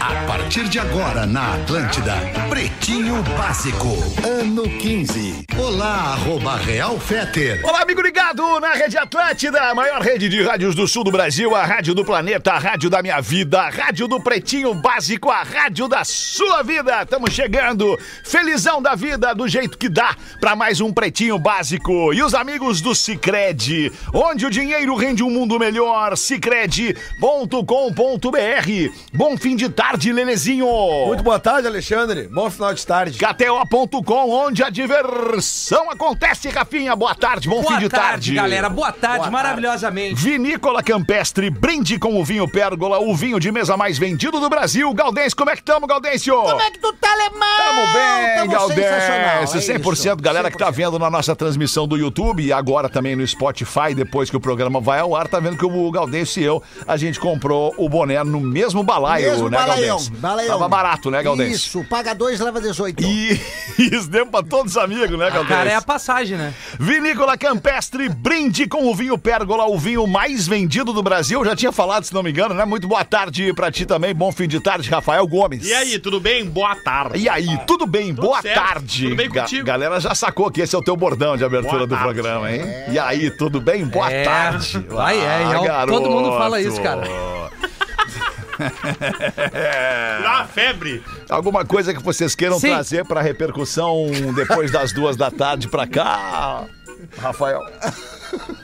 A partir de agora na Atlântida, Pretinho Básico, ano 15. Olá, arroba Real Feter. Olá, amigo ligado na Rede Atlântida, a maior rede de rádios do sul do Brasil, a rádio do planeta, a rádio da minha vida, a rádio do Pretinho Básico, a rádio da sua vida. Estamos chegando, felizão da vida, do jeito que dá, para mais um Pretinho Básico. E os amigos do Cicred, onde o dinheiro rende um mundo melhor, cicred.com.br. Bom fim de tarde, Lelezinho. Muito boa tarde, Alexandre. Bom final de tarde. KTO.com, onde a diversão acontece, Rafinha. Boa tarde, bom Boa fim de tarde, tarde. galera. Boa tarde, maravilhosamente. Vinícola Campestre, brinde com o vinho Pérgola, o vinho de mesa mais vendido do Brasil. Galdês, como é que tamo, Gaudêncio? Como é que tu tá alemão? Tamo bem, tamo sensacional, é Galdêncio. isso. 100% galera que tá vendo na nossa transmissão do YouTube e agora também no Spotify, depois que o programa vai ao ar, tá vendo que o Galdêncio e eu, a gente comprou o boné no mesmo balaio, Mesmo né, balaião, Galdêncio? balaião. Tava barato, né, Galdêncio? Isso, paga dois, leva 18. E isso deu pra todos os amigos, né, Galdêncio? Cara, é a passagem, né? Vinícola Campestre, brinde com o vinho Pérgola, o vinho mais vendido do Brasil. Já tinha falado, se não me engano, né? Muito boa tarde pra ti também. Bom fim de tarde, Rafael Gomes. E aí, tudo bem? Boa tarde. E aí, tudo bem? boa certo. tarde. Tudo bem Ga- contigo? galera já sacou que esse é o teu bordão de abertura Boa do tarde. programa, hein? E aí, tudo bem? Boa É. tarde. Ah, Vai, é, é, todo mundo fala isso, cara. Dá uma febre. Alguma coisa que vocês queiram Sim. trazer pra repercussão depois das duas da tarde pra cá? Rafael,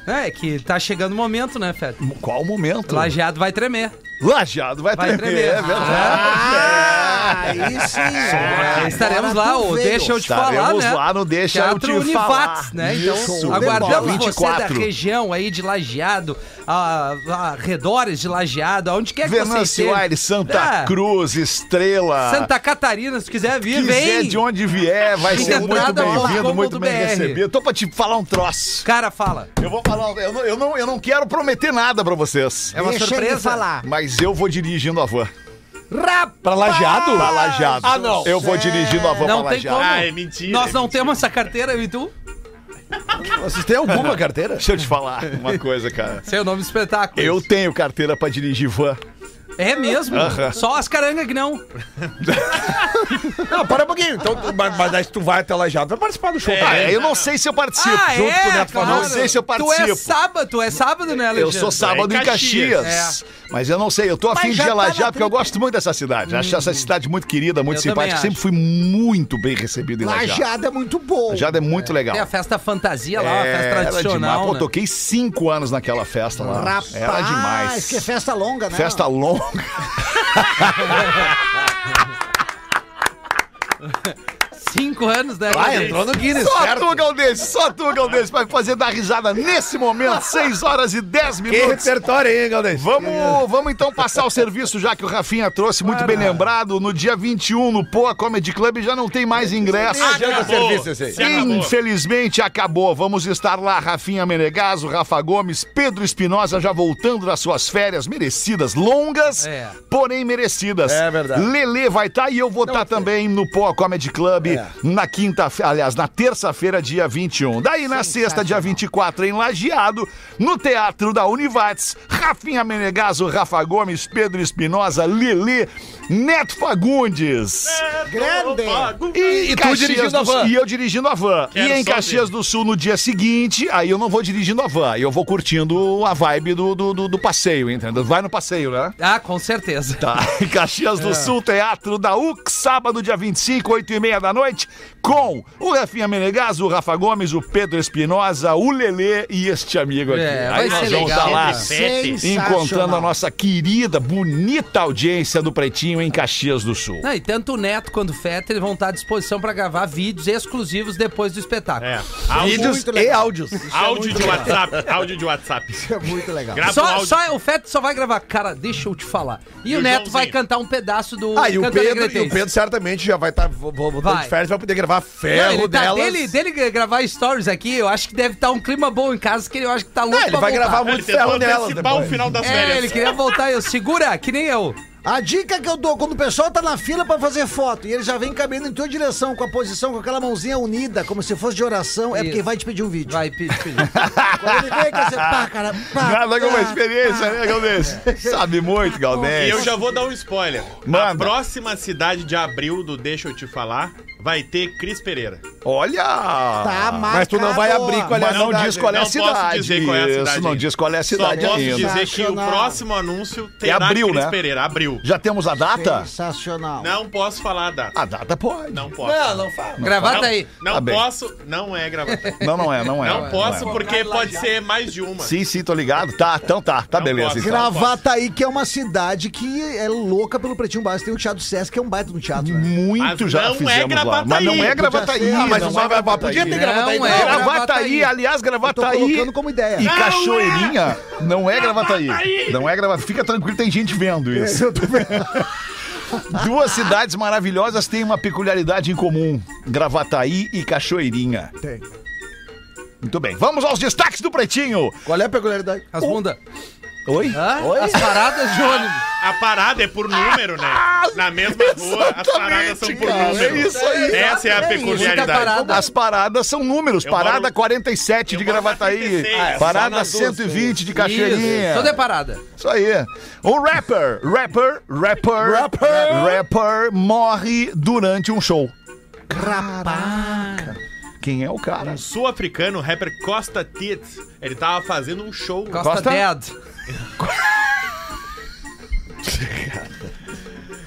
É que tá chegando o momento, né, Feta? qual o momento? Lajeado vai tremer. Lajeado vai, Vai tremer, tremer. Ah, é verdade. Aí sim. É, Agora estaremos lá, tu o veio. Deixa eu te falar, Estaremos né? lá no Deixa Eu Teatro Te Univates, Falar. né? Isso, Então, bem aguardamos bola. você da 24. região aí de Lajeado, a, a redores de Lajeado, aonde quer que você Venâncio esteja. Aires, Santa É, Cruz, Estrela. Santa Catarina, se quiser vir, quiser vem. de onde vier, vai Fica ser muito entrada, bem-vindo, arroba, muito bem .br. recebido. Tô pra te falar um troço. Cara, fala. Eu vou falar, eu não, eu não, eu não quero prometer nada pra vocês. É uma Deixa ele surpresa. falar. Mas eu vou dirigindo a van. Pra Tá lajeado? Pra Lajeado. Ah, não. Eu vou dirigindo a van Não pra tem Lajeado. como. Ah, é mentira, Nós é não mentira. temos essa carteira, eu e tu? Vocês têm alguma carteira? Deixa eu te falar uma coisa, cara. Seu nome do espetáculo. Eu tenho carteira pra dirigir van. É mesmo? Aham. Só as carangas que não. Não, para um pouquinho. Então, tu- mas, mas daí se tu vai até lajeado, vai participar do show. É? tá, Ah, também. eu não sei se eu participo. junto com o Neto Fagundes. Não sei se eu participo. Ah, Tu é sábado, tu é sábado, né, Eu Alexandre? sou sábado É em em Caxias. Caxias. É. Mas eu não sei, eu tô afim de já tá Lajeado, na porque eu gosto muito dessa cidade. Acho essa cidade muito querida, muito Hum. Eu simpática. também Sempre fui muito bem recebido em Lajeado. Lajeado é muito bom. Lajeado é muito legal. Tem a festa fantasia lá, a É, festa era demais. tradicional. Pô, né? toquei cinco anos naquela festa lá. Rapaz, era Ah, demais. que é festa longa, né? Festa longa. Cinco anos, né? Ah, Rodrigo? entrou no Guinness, Só certo? tu, Galdês, só tu, Galdês, vai fazer dar risada nesse momento, 6 horas e 10 Que minutos. repertório, hein, Galdês? Vamos, vamos então passar o serviço já que o Rafinha trouxe, muito bem lembrado. No dia 21, no Poa Comedy Club, já não tem mais ingresso. Adianta Acabou. serviço esse aí. Se acabou. Infelizmente acabou. Vamos estar lá, Rafinha Menegaso, Rafa Gomes, Pedro Espinosa já voltando das suas férias merecidas, longas, É. porém merecidas. É verdade. Lele vai estar e eu vou estar também no Poa Comedy Club É. na quinta, aliás, na terça-feira, dia 21. Daí na sexta, dia 24, em Lajeado, no Teatro da Univates, Rafinha Menegaso, Rafa Gomes, Pedro Espinosa, Lele, Neto Fagundes. Grande. E, E tu Caxias dirigindo do a van. Sul- E eu dirigindo a van. Quero e em só Caxias do Sul no dia seguinte, aí eu não vou dirigindo a van, eu vou curtindo a vibe do, do, do- do passeio, entendeu? Vai no passeio, né? Ah, com certeza. Tá. Em Caxias do Sul, Teatro da UC, sábado, dia 25, 8 e meia da noite, com o Rafinha Menegaso, o Rafa Gomes, o Pedro Espinosa, o Lelê e este amigo aqui. É, aí vai nós ser vamos legal. tá lá Sete. É. encontrando a nossa querida, bonita audiência do Pretinho Pretinho em Caxias do Sul. Não, e tanto o Neto quanto o Fetter vão estar à disposição pra gravar vídeos exclusivos depois do espetáculo. É. Áudio, Vídeos e áudios. áudio de WhatsApp. Áudio de WhatsApp. Isso é muito legal. Grava o Só, áudio. só- o Fetter só vai gravar. Cara, deixa eu te falar. E, E o o Neto vai Joãozinho? cantar um pedaço do Ah, e o Canto Pedro, e Alegretense. o Pedro certamente já vai tá, estar voltando Vai. de férias, vai poder gravar Não, É, ferro ele tá- delas. dele, dele gravar stories aqui, eu acho que deve estar um clima bom em casa, que ele eu acho que tá louco Ah, ele pra vai voltar. gravar É, Ele muito tentou ferro nelas. antecipar o depois. final das É, férias. ele queria voltar eu. Segura, que nem eu. A dica que eu dou, quando o pessoal tá na fila pra fazer foto e ele já vem caminhando em tua direção com a posição, com aquela mãozinha unida, como se fosse de oração, é Isso. porque vai te pedir um vídeo. Vai, Pedro. Quando ele vem, quer dizer, pá, cara, pá. Nada com uma pá, experiência, pá. né, Galdês? Sabe muito, E eu Galdês. já vou dar um spoiler. A Manda. próxima cidade de abril do Deixa Eu Te Falar vai ter Cris Pereira. Olha! Tá marcado. Mas tu não vai abrir com a Mas não cidade. diz qual é a né? Não posso cidade. dizer qual é a cidade Isso, não ainda. diz qual é a Só cidade posso ainda. dizer que o Sensacional. próximo anúncio terá abril, Cris né? Pereira. Abril. Já temos a data? Sensacional. Não posso falar a data. A data pode. Não posso. Não, não fala. Gravata aí. Não Tá bem. posso. Não é gravata. Não, não é, não é. Não posso, é. porque pode ser mais de uma. Sim, sim, tô ligado. Tá, então tá. Tá, Não beleza. posso. Então. Gravataí, que é uma cidade que é louca pelo Pretinho Básico. Tem o Teatro Sesc, que é um baita do teatro, né? Muito Mas já não é fizemos lá. Gravataí. Mas não é Podia Gravataí. ser. Ah, mas não só é vai- podia ter Não Gravataí. é Gravataí, aliás, Eu tô Gravataí. colocando como ideia. E Cachoeirinha É. não é Gravataí. Não é Gravataí. Fica tranquilo, tem gente vendo isso. Duas cidades maravilhosas têm uma peculiaridade em comum: Gravataí e Cachoeirinha. Tem. Muito bem, vamos aos destaques do Pretinho. Qual é a peculiaridade? As bundas. Oi? Ah, Hã? As paradas de ônibus. A parada é por número, né? Na mesma rua, as paradas são por cara, número. é isso aí. Essa é a Exatamente. Muita peculiaridade. parada. As paradas são números. Eu Parada moro- 47 eu de moro na Gravataí. 36. Ah, é, só parada nas duas, 120 de Isso. Toda é Cachoeirinha. parada. Isso aí. Um rapper, rapper, rapper, Rapper. rapper morre durante um show. Quem é o cara? Um sul-africano, o rapper Costa Tietz, ele tava fazendo um show. Costa Costa? Dead.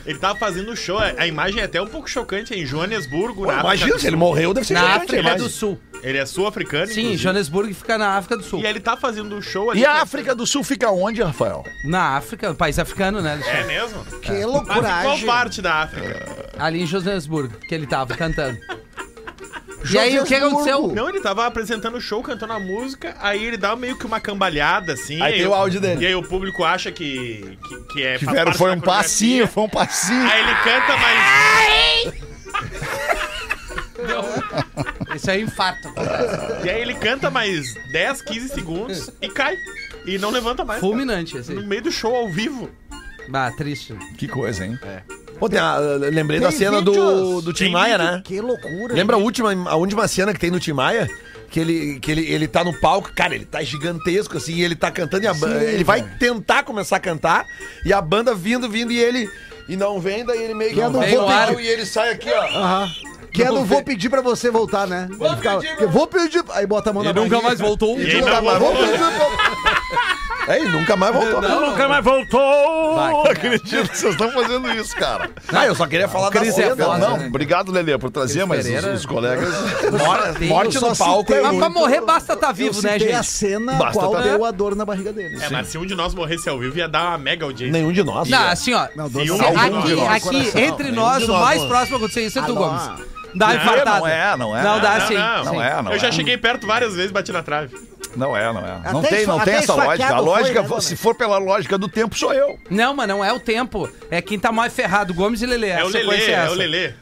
Ele tava fazendo um show. A imagem é até um pouco chocante, é em Joanesburgo, Pô, na Imagina, África. do se ele morreu, deve ser Na grande, África mas- do Sul. Sul. Ele é sul-africano, Sim, inclusive. Joanesburgo fica na África do Sul. E ele tá fazendo um show ali. E a África do Sul fica onde, Rafael? Na África, no país africano, né? É Alexandre? mesmo? Que Mas em qual loucuragem. parte da África? Ali em Joanesburgo, que ele tava cantando. e aí, o que aconteceu? Não, ele tava apresentando o show, cantando a música, aí ele dá meio que uma cambalhada, assim. Aí tem eu- o áudio dele. E aí o público acha que, que, que é faz Tiveram, parte foi da um coreografia. passinho, foi um passinho. Aí ele canta, mas... Isso aí é infarto. E aí ele canta mais 10, 15 segundos e cai. E não levanta mais. Fulminante, No assim. meio do show ao vivo. Ah, triste. Que coisa, hein? Pô, tem a- ah, lembrei da Tem cena do, vídeos. do Tim Tem Maia, vídeo. né? Que loucura. Lembra a última, a última cena que tem do Tim Maia? Que, ele, que ele, ele tá no palco, cara, ele tá gigantesco, assim, e ele tá cantando e a banda. Ele vai tentar começar a cantar, e a banda vindo, vindo, e ele. E não vem, daí ele meio que. Não não vem vou no ar. pedir, E ele sai aqui, ó. Aham. Que eu não vou pedir pra você voltar, né? Vou pedir pra- Eu vou pedir. Aí bota a mão na mão. voltou. E aí Nunca não mais voltou. vou pedir pra- É, e nunca mais voltou. nunca mais Não voltou. acredito que né? vocês estão fazendo isso, cara. Ah, eu só queria falar da Cris é cena. né? foda, não. Não, obrigado, Lelê, por trazer, mas os, Pereira- os colegas. Morte, morte Eu só no palco. citei- é Mas pra muito- morrer basta tá Eu vivo, né, citei a gente? cena Basta qual tá- deu a dor na barriga dele. É, mas se um de nós morresse ao vivo, ia dar uma mega audiência. Nenhum de nós. Não, assim, ó. Não, se- dois não. Algum de nós. aqui, aqui entre nós, o mais próximo a acontecer isso é tu, Ah, Gomes. não. Dá uma Não, infartada. não é, não é. Não dá Não, sim. não, sim. Não é, não eu é. já cheguei perto várias vezes, bati na trave. Não é, não é. Não Até tem, não esfa- tem até essa lógica. A esfaqueado foi, lógica, né, Dona? se for pela lógica do tempo, sou eu. Não, mas não é o tempo. É quem tá mais ferrado, Gomes e Lelê. É o Lelê, é o Lelê.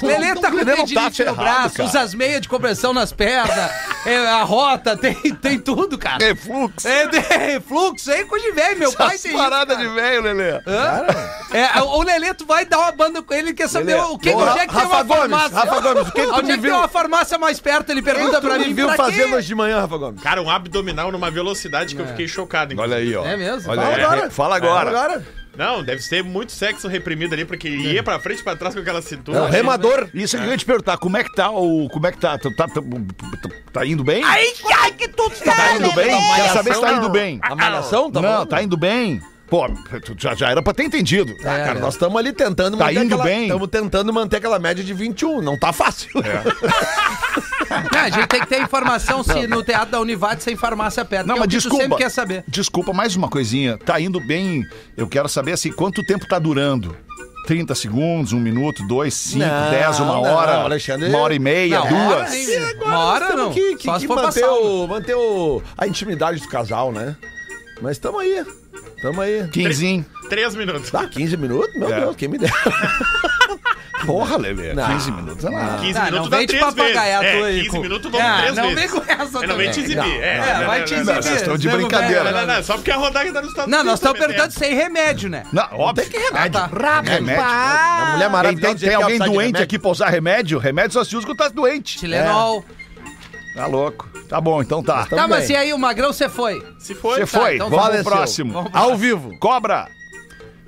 Lelê tá com Lelê não tá tendinite no ferrado, braço, cara. usa as meias de compressão nas pernas, é, a rota, tem, tem tudo, cara. Refluxo. É, de- refluxo, é coisa de velho, meu pai tem isso, Tá Parada cara. de velho, Lelê. Hã? É, o Lelê, tu vai dar uma banda com ele, ele quer saber o que, Boa. onde é que tem Rafa uma Gomes, farmácia. Rafa Gomes, o que que tu Onde é me que viu? tem uma farmácia mais perto? Ele pergunta pra mim. me viu pra quê? fazendo hoje de manhã, Rafa Gomes. Cara, um abdominal numa velocidade que eu fiquei chocado. inclusive. Olha aí, ó. É mesmo? Olha Fala aí. agora. Fala agora. Não, deve ser muito sexo reprimido ali, porque ele ia pra frente e pra trás com aquela É o cintura. assim, remador. Isso que eu ia te perguntar, como é que tá o. Como é que tá? Tá, tá- tá- tá indo bem? ai, que tu tá indo bem? Quer saber se tá indo bem. A malhação, tá Não, bom? tá indo bem. Pô, tu já, já era pra ter entendido. Ah, cara, É, nós estamos ali tentando Tá indo aquela, bem. Estamos tentando manter aquela média de 21. Não tá fácil. Não, a gente tem que ter informação se no teatro da Univade sem farmácia perto. Não, que é mas o que desculpa. Tu sempre quer saber. Desculpa, mais uma coisinha. Tá indo bem. Eu quero saber assim, quanto tempo tá durando? 30 segundos, um minuto, dois, cinco, Não, dez, uma não, hora, Alexandre. uma hora e meia, Não, duas. hora, hein? E agora Uma hora, nós temos Ah, não. que, que, Só se que for pra manter, sauna. o, manter o- a intimidade do casal, né? Mas estamos aí. Estamos aí. Quinzinho. Três minutos. Dá 15 minutos? Meu É. Deus, quem me dera. Porra, Lelê. Não. 15 minutos é nada. 15 Ah, minutos não dá vem te três vezes. papagaiar tu É, aí, 15 com- minutos dá Ah, três não vezes. vem com essa É, Não vem te também. exibir. É, É, não, vai não, te não, exibir. não, não. vocês estão de nego brincadeira. velho. Não, não, não, Só porque a rodada tá nos Estados Não, nós estamos Unidos também, né? perguntando sem remédio, né? Não, óbvio. Tem que remédio. Ah, tá. Remédio. A mulher Tem, maravilhosa. tem, tem alguém doente aqui pra usar remédio? Remédio só se usa quando tá doente. Tilenol. Tá louco. Tá bom, então tá. Tá, mas bem. e aí, o Magrão, você foi? Se Você foi, tá. foi. então Vamos pro faleceu. próximo. Vamos pro Ao vivo. Cobra.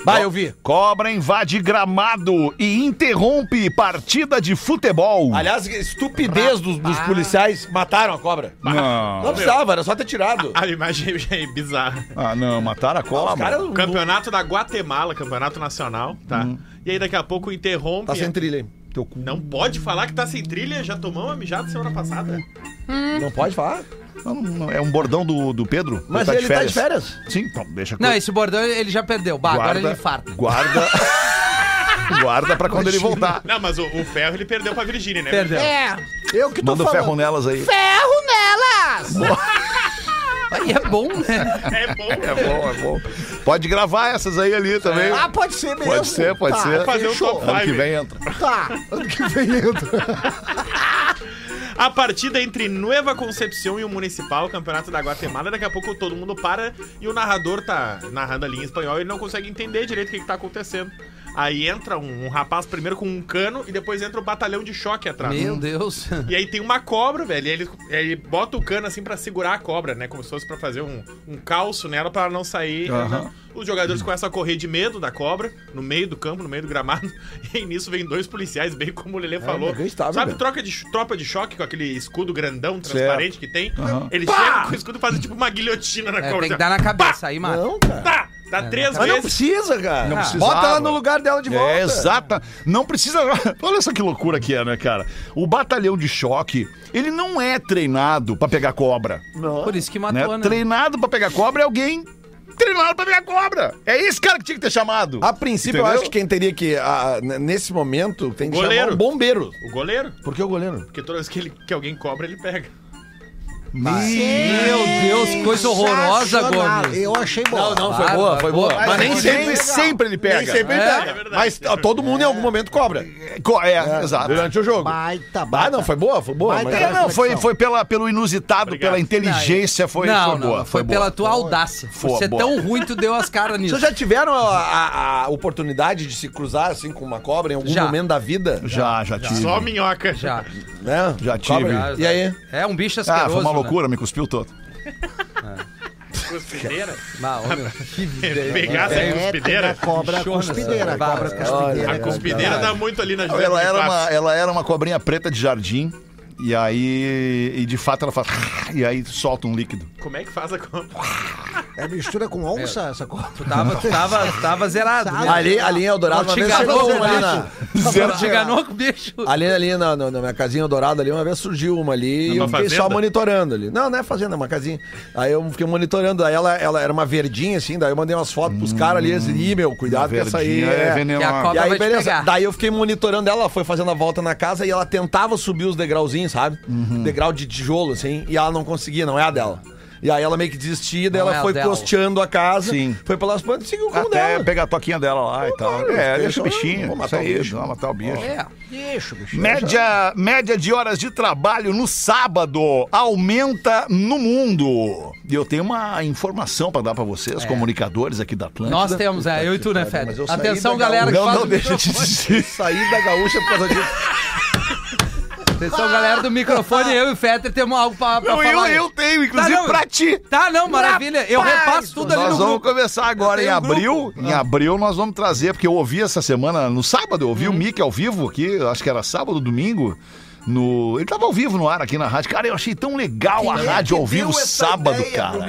Vai, eu vi. Cobra invade gramado e interrompe partida de futebol. Aliás, estupidez dos, dos policiais mataram a cobra. Não Não. precisava, era só ter tirado. A imagem é bizarra. Ah, não, mataram a cobra. Os caras Hum. O Campeonato da Guatemala, campeonato nacional, tá? E aí daqui a pouco interrompe. tá sem trilha, hein? Teu cu. Não pode falar que tá sem trilha, já tomou uma mijada semana passada. Não pode falar. Não, não, É um bordão do, do Pedro? Mas ele tá de férias. Sim, então deixa Não, com- esse bordão ele já perdeu. Bah, agora ele infarta. Guarda. guarda pra quando ele voltar. Não, mas o, o Ferro ele perdeu pra Virgínia, né? Perdeu. É, Eu que tô Manda o falando. ferro nelas aí. Aí é bom, né? É bom. É bom, é bom. Pode gravar essas aí ali também. Ah, pode ser mesmo. Pode ser, pode Tá, ser. fazer um Show. top Ano que five. vem entra. Tá, ano que vem entra. A partida entre Nueva Concepción e o Municipal, campeonato da Guatemala, daqui a pouco todo mundo para e o narrador tá narrando ali em espanhol e ele não consegue entender direito o que, que tá acontecendo. Aí entra um, um rapaz primeiro com um cano e depois entra o batalhão de choque atrás. Meu Deus. E aí tem uma cobra, velho. E ele, ele bota o cano assim pra segurar a cobra, né? Como se fosse pra fazer um, um calço nela pra ela não sair. né? Os jogadores começam a correr de medo da cobra, no meio do campo, no meio do gramado. E aí nisso vem dois policiais, bem como o Lelê falou. É inacreditável, Sabe, velho. troca de cho- tropa de choque com aquele escudo grandão, transparente que tem. Ele chega com o escudo e faz tipo uma guilhotina na É, cobra. assim, tem que dar É, na cabeça aí, mano. Ah, Não, cara. Pá! Dá três Mas não vezes. precisa, cara. Não precisava. Bota ela no lugar dela de volta. É, exata. Não precisa. Olha só que loucura que é, né, cara? O batalhão de choque, ele não é treinado pra pegar cobra. Por isso que né? matou, né? Treinado pra pegar cobra é alguém treinado pra pegar cobra. É esse cara que tinha que ter chamado. A princípio, eu Entendeu? acho que quem teria que, ah, n- nesse momento, tem que Goleiro. chamar um bombeiro. O goleiro. Por que o goleiro? Porque toda vez que, ele, que alguém cobra, ele pega. Meu Deus, coisa horrorosa, Sensacional. Gomes. Eu achei bom. Claro, Mas, nem Mas nem sempre. ele sempre, pega. sempre ele pega. Nem sempre É, ele pega. é verdade. Mas ah, todo mundo em algum momento cobra. Co- É, exato. Durante o jogo. Baita, baita. Ah, não, foi boa, foi boa. Vai, mas- tá. É, não, foi, foi pela, pelo inusitado, Obrigado. pela inteligência, foi, não, foi não, boa. não, foi, pela boa. tua audácia. Foi Você é boa. tão ruim, tu deu as caras nisso. Vocês já tiveram a, a- a oportunidade de se cruzar assim com uma cobra em algum Já. momento da vida? Já, já tive. Só minhoca. Já. Né? Já Cobra. tive. E aí? É um bicho asqueroso. Ah, foi uma né? loucura, me cuspiu todo. Cuspideira. Ah, ô, meu, que ideia. Pegar essa É, cuspideira. tem a Cobra Bichona, cuspideira, essa cobra barba. cuspideira. A cuspideira dá muito ali na Né? Não, Ela janela. de era, fato. uma, ela era uma cobrinha preta de jardim. E aí, e de fato ela faz. E aí solta um líquido. Como é que faz a conta? É mistura com onça essa cobra. É. Tu tava, tu tava, tu tava zerado. né? Ali, ali em Eldorado, Não uma te vez enganou, surgiu uma ali né? na, Tá Zero te enganou com o bicho. Ah. ali, ali na, na- na minha casinha Eldorado, ali uma vez surgiu uma ali e eu Numa fiquei só fazenda? monitorando ali. Não, não é fazenda, é uma casinha. Aí eu fiquei monitorando, aí ela, ela era uma verdinha assim, daí eu mandei umas fotos pros caras ali, assim, ih, meu, Tá cuidado com essa aí. Verdinha é." venenosa. Que a cobra- E vai aí, te beleza. pegar. Daí eu fiquei monitorando ela, ela foi fazendo a volta na casa e ela tentava subir os degrauzinhos, sabe? Uhum. Degrau de tijolo, assim, e ela não conseguia, não é a dela. E aí ela meio que desistia, daí Não ela é a foi dela. costeando a casa, Sim. foi pelas plantas e seguiu como Até dela. pegar a toquinha dela lá e tal. claro, deixa é, deixa o eu- bichinho. vou matar Isso o aí, bicho. vamos matar o bicho. É. Deixa, bicho. Média, média de horas de trabalho no sábado aumenta no mundo. E eu tenho uma informação pra dar pra vocês, comunicadores aqui da Atlântida. Nós temos, é, eu e tu, né, Fede? mas eu saí Atenção, da galera que não, faz não, o deixa eu te microfone. dizer. Saí da gaúcha por causa disso. Atenção, galera do microfone, eu e o Fetter temos algo pra, pra Eu, falar. eu, aí. eu tenho, inclusive Tá, não. pra ti. Tá, não, maravilha. Eu repasso tudo ali Nós no vamos grupo. começar agora Eu em tenho um abril. Em abril nós vamos trazer, porque eu ouvi essa semana, no sábado, eu ouvi Hum. o Mick ao vivo aqui, eu acho que era sábado, domingo. No... Ele tava ao vivo no ar aqui na rádio. Cara, eu achei tão legal a rádio ao vivo sábado, cara.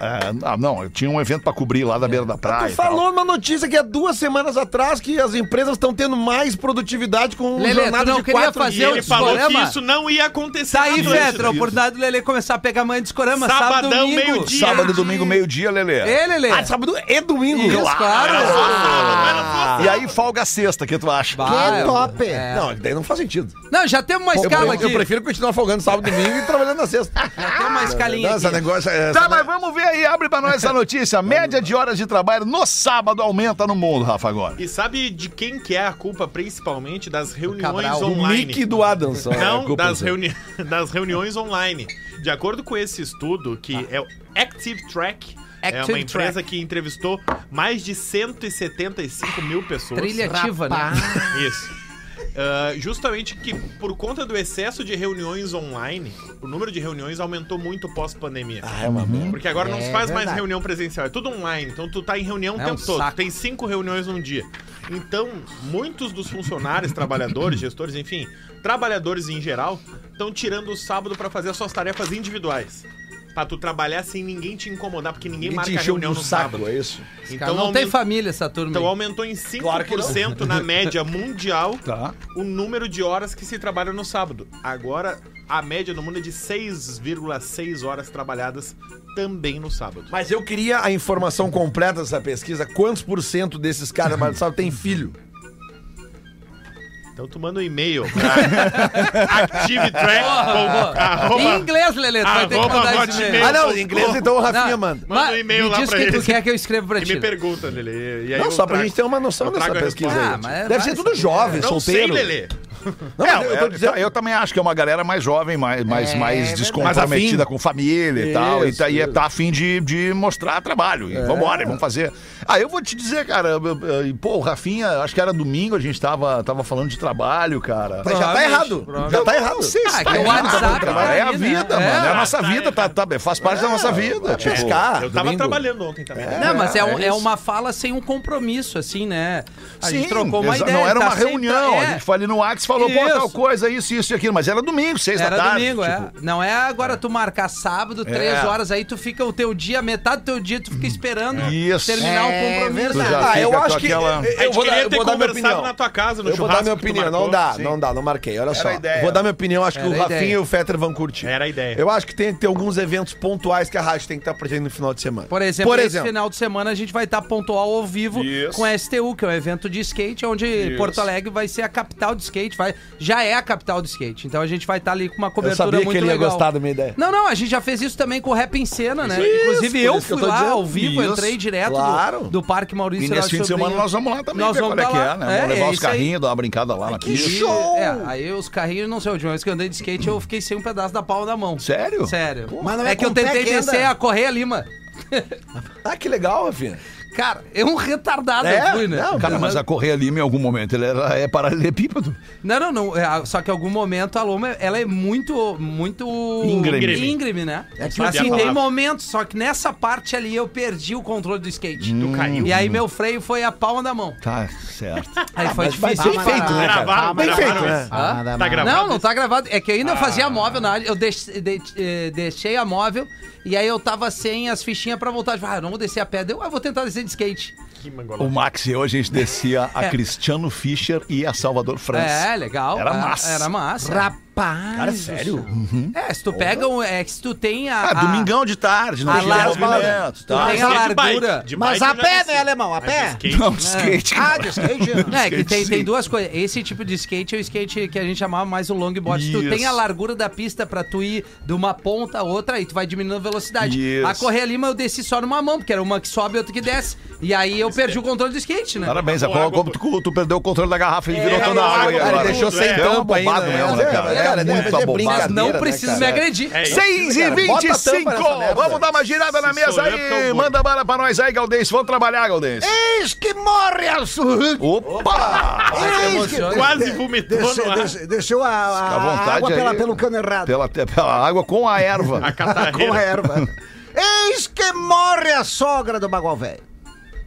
ah, não, eu tinha um evento pra cobrir lá da beira da praia. tu e tal. falou numa notícia que há duas semanas atrás que as empresas estão tendo mais produtividade com um Lelê, tu jornada não de queria quatro fazer E ele o falou que discorama? isso não ia acontecer. é Tá aí, na Atlântida. Fetra, a oportunidade do Lelê começar a pegar manhã de escorama, sábado, Sabadão, domingo. meio-dia. Sábado, domingo, meio-dia, Lelê. É, Lelê? Ah, sábado e domingo. Isso, claro. Era só sábado, não era só Ah, E aí folga sexta, o que tu acha? Bah, eu- top. é. Ah, Não, daí não faz sentido. Não, já temos uma Eu, escala aqui. eu prefiro continuar folgando sábado e domingo e trabalhando na sexta. Já tem uma escalinha Não, esse aqui. negócio, é- essa Tá, mas vamos ver aí, abre pra nós essa notícia. A Média de horas de trabalho no sábado aumenta no mundo, Rafa, agora. E sabe de quem que é a culpa, principalmente, das reuniões Cabral. do online? Mickey e do Adams. ó, a Não, culpa das, é sua. reuni das reuniões online. De acordo com esse estudo, que é o Active Track, é uma Tá. Active empresa Track. que entrevistou mais de 175 mil pessoas. Trilha ativa, né? Isso. Ah, justamente que por conta do excesso de reuniões online, o número de reuniões aumentou muito pós-pandemia. Ah, é uma Uhum. merda. Porque agora não É se faz mais verdade. reunião presencial, é tudo online. Então tu tá em reunião o É um tempo todo. saco. Tem cinco reuniões num dia. Então, muitos dos funcionários, trabalhadores, gestores, enfim, trabalhadores em geral, estão tirando o sábado pra fazer as suas tarefas individuais. Pra tu trabalhar sem ninguém te incomodar, porque ninguém, Ninguém te marca encheu reunião de no sábado. saco, é isso? um Cara, não tem aumenta- família essa turma. então aí. aumentou em 5% Claro que na média mundial Tá. o número de horas que se trabalha no sábado. Agora, a média no mundo é de 6,6 horas trabalhadas também no sábado. Mas eu queria a informação completa dessa pesquisa. Quantos por cento desses caras, mas sabe, tem filho? Então tu manda um e-mail pra Porra, porra. Em activetrack.com. inglês, Lelê, tu vai ter que arroba mandar esse hotmail. e-mail. Ah, não, em inglês então o Rafinha Não, manda. Manda um ma- e-mail lá Me diz pra quem tu ele. quer que eu escreva pra E ti. me pergunta, Lelê. E aí Não, eu só pra trago. gente ter uma noção eu dessa trago a pesquisa aí. resposta. Ah, mas Deve vai ser tudo se jovem, Não sei, solteiro. Lelê. Não, mas eu tô dizendo. É, eu É, também acho que é uma galera mais jovem, mais, mais, mais descomprometida com família e tal. E tá, e tá afim de, de mostrar trabalho. E Vambora, vamos fazer. Ah, eu vou te dizer, cara, eu- eu- eu- pô, o Rafinha, acho que era domingo, a gente tava, tava falando de trabalho, cara. Mas já tá errado. Já tá errado. Ah, que o WhatsApp Cara, é a aí, né? vida, É. mano. É a nossa Tá, vida, tá, tá, faz parte da nossa vida. tipo. pescar. Eu tava é domingo. trabalhando ontem também. Não, mas é, um- é é isso. uma fala sem um compromisso, assim, né? A gente Sim, trocou uma exa- ideia. Não era tá uma sempre- reunião. é. A gente foi ali no WhatsApp e falou, pô, tal Isso. coisa, isso, isso e aquilo. Mas era domingo, seis Era da tarde. tipo. É. domingo, é. Não é agora tu marcar sábado, três horas, aí tu fica o teu dia, metade do teu dia, tu fica esperando Hum. Isso. É terminar o compromisso. Tá, Tu já Ah, eu fica com acho que. aquela- eu- A Eu gente vou dar, queria eu ter vou dar minha conversado opinião. na tua casa, no Eu vou dar churrasco minha que tu opinião. marcou. Não dá, Sim. não dá, não marquei. Olha só. a ideia. Vou dar minha opinião, acho que Era o a Rafinha ideia. e o Fetter vão curtir. Era a ideia. Eu acho que tem que ter alguns eventos pontuais que a rádio tem que estar presente no final de semana. Por exemplo, Por esse exemplo. final de semana a gente vai estar pontual ao vivo Isso. com a STU, que é um evento de skate, onde Porto Alegre vai ser a capital de skate, vai, já é a capital do skate. Então a gente vai estar ali com uma Eu cobertura sabia muito que ele ia legal. gostar da minha ideia. Não, não, a gente já fez isso também com o Rap em Cena, né? por Inclusive isso eu que eu fui tô lá dizendo. ao vivo, Isso. entrei direto Claro. do, do Parque Maurício E nesse Celso fim de semana Sobrinho. nós vamos lá também, Nós ver vamos qual é pra que lá. é, né? Vamos É, levar é os isso aí. carrinhos, dar uma brincada lá né? na E- pista. É, aí os carrinhos, não sei, a última vez que eu andei de skate eu fiquei sem um pedaço da pau na mão. Sério? Sério. Mas não é é que eu com o pé tentei que anda? descer a correr ali, mano. Ah, que legal, Rafinha. Cara, eu um retardado É? eu fui, né? Não, Cara, mas a correr ali em algum momento, ele era, é paralelepípedo. Não, não, não. é, a- só que em algum momento a loma, ela é muito, muito... Íngreme. Íngreme, né? É que eu assim, sabia a tem palavra. momentos, só que nessa parte ali eu perdi o controle do skate. Tu caiu. E aí meu freio foi a palma da mão. Tá, certo. Aí foi Ah, Mas difícil. bem de feito, parar. né, cara? Gravaram, Bem gravaram feito, né? isso. Hã? Tá gravado? Não, não tá gravado. É que eu ainda fazia móvel na área. Eu deix- de- eh, deixei a móvel e aí eu tava sem as fichinhas pra voltar. Tipo, ah, eu não vou descer a pedra. Eu ah, vou tentar descer de skate. Que O mangolão. Max e eu a gente descia a Cristiano Fischer e a Salvador França. É, legal. Era Ah, massa. Era massa. Rapaz. Cara, sério? É, se tu pega um. É que se tu tem a. Ah, a- domingão de tarde, não a tinha larga- movimento, tu tá? tem a Desci de bike, largura. de Mas bike a eu já pé, desci. né, alemão? A Mas pé? de skate, Não, skate. Ah, de skate. né? É, que tem, sim. tem duas coisas. Esse tipo de skate é o skate que a gente chamava mais o longboard. Se Tu Isso. tem a largura da pista pra tu ir de uma ponta a outra e tu vai diminuindo a velocidade. Isso. A correr ali, mas eu desci só numa mão, porque era uma que sobe e outra que desce. E aí eu perdi o controle do skate, né? Parabéns, a Boa, Copa- boa. tu, tu perdeu o controle da garrafa, ele virou É, toda a água aí água, agora. ele deixou Tudo, sem é, é um tampa abobado ainda, né? mesmo, né, cara? É, É cara, muito deve ser Mas abobado. brincadeira. não né, precisa cara? me agredir. É isso. 6 e Cara, bota a tampa nessa 25 merda. Vamos dar uma girada na Se mesa sou eu, que é aí. o bom. Manda bala pra nós aí, Galdês. Vamos trabalhar, Galdês. Eis que morre a surra. Opa! Eis que... emociona. Quase vomitou Desceu, no ar. desceu, desceu a, a- Fica à vontade a água aí. pela- pelo cano errado. Pela, pela água com a erva. A catarreira. com a erva. Eis que morre a sogra do Bagual Velho.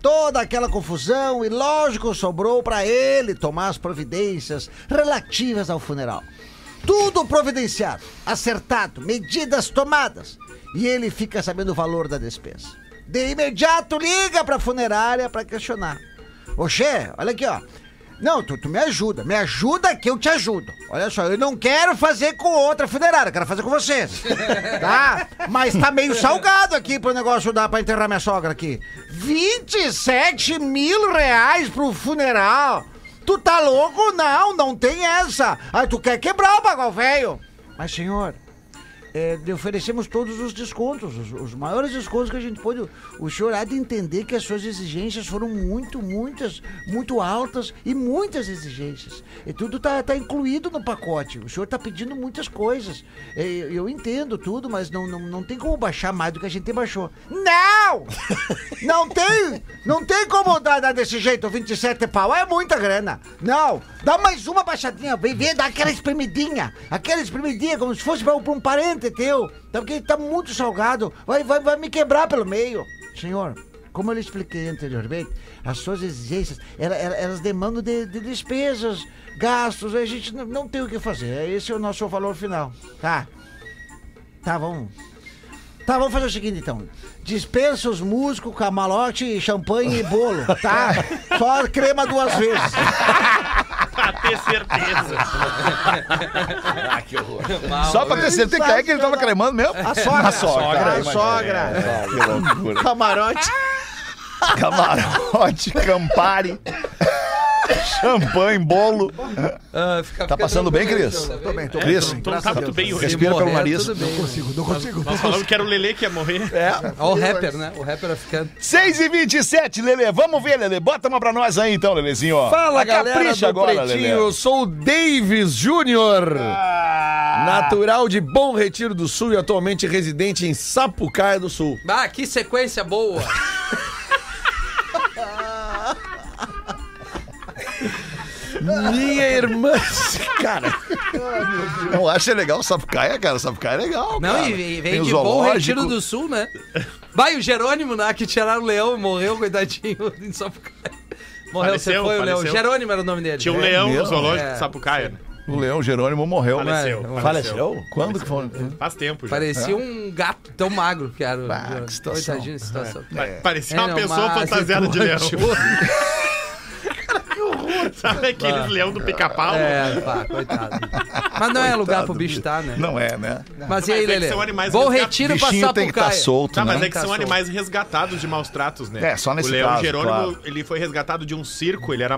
Toda aquela confusão e lógico sobrou pra ele tomar as providências relativas ao funeral. Tudo providenciado, acertado, medidas tomadas. e ele fica sabendo o valor da despesa. De imediato liga pra funerária pra questionar. Oxê, olha aqui, ó. Não, tu, tu me ajuda, me ajuda que eu te ajudo. Olha só, eu não quero fazer com outra funerária, eu quero fazer com vocês. Tá? Mas tá meio salgado aqui pro negócio dar pra enterrar minha sogra aqui. 27 mil reais pro funeral. Tu tá louco? Não, não tem essa. Aí tu quer quebrar o bagulho, velho. Mas, senhor, é, lhe oferecemos todos os descontos, os, os maiores descontos que a gente pôde. O senhor há de entender que as suas exigências foram muito, muitas, muito altas e muitas exigências. E tudo tá, tá incluído no pacote. O senhor tá pedindo muitas coisas. É, eu, eu entendo tudo, mas não, não, não tem como baixar mais do que a gente baixou. Não! Não tem! Não tem como dar, dar desse jeito, 27 pau. É muita grana. Não! Dá mais uma baixadinha, vem, vem, dá aquela espremidinha. Aquela espremidinha, como se fosse pra, um- pra um parente teu. Tá, porque tá muito salgado. Vai, vai, vai me quebrar pelo meio. Senhor, como eu lhe expliquei anteriormente, as suas exigências, ela- ela- elas demandam de, de despesas, gastos. A gente não, não tem o que fazer. Esse é o nosso valor final. Tá. Tá, vamos. Tá, vamos fazer o seguinte então. Dispensa os músicos, camalote, champanhe e bolo, tá? Só crema duas vezes. Pra ter certeza. Só pra ter certeza, quem é que ele tava cremando mesmo? A sogra. A sogra, É, A sogra. Que loucura. Camarote. Camarote, Campari, champanhe, bolo. Ah, fica- Tá fica passando tranquilo, bem, Cris? então, tá bem. tô Cris, Então tá muito bem hoje. respira pelo Morrer, nariz. tudo bem. Nós falamos que era o Lele que ia morrer. Ó, o rapper, né? O rapper vai ficando. 6 e 27 Lele. Vamos ver, Lele. Bota uma pra nós aí, então, Lelezinho. ó. Fala, A galera capricha do agora, Pretinho, Lelê. eu sou o Davis Júnior, natural de Bom Retiro do Sul e atualmente residente em Sapucaia do Sul. Ah, que sequência boa. Minha irmã... Cara, Não acha legal Sapucaia, cara? Sapucaia é legal, Não, cara. e, e Tem vem o de bom zoológico. retiro do sul, né? Vai, o Jerônimo, né? Que tiraram o leão e morreu, coitadinho. em Sapucaia. Morreu, Faleceu, você foi o leão. faleceu. Jerônimo era o nome dele. Tinha um leão mesmo? é? no zoológico É. de Sapucaia. né? O Leão Jerônimo morreu. Faleceu, Mas- faleceu. Quando que foi? Faz tempo já. Parecia um gato tão magro que era. o Bah, que Jerônimo. situação. Coitadinho, situação. Pa- Parecia É, uma não, pessoa mas fantasiada de leão. enquanto- Sabe aqueles leão do pica-pau? É, pá, coitado. Mas não é lugar pro bicho estar, né? Não é, né? Mas e aí, Mas é que Lelê? são animais Bom resgatados. retiro pra Bichinho tem que estar Sapucaia. solto, Tá, mas né? é que são Caçou. animais resgatados de maus tratos, né? É, só nesse O leão caso, Jerônimo, claro. ele foi resgatado de um circo, ele era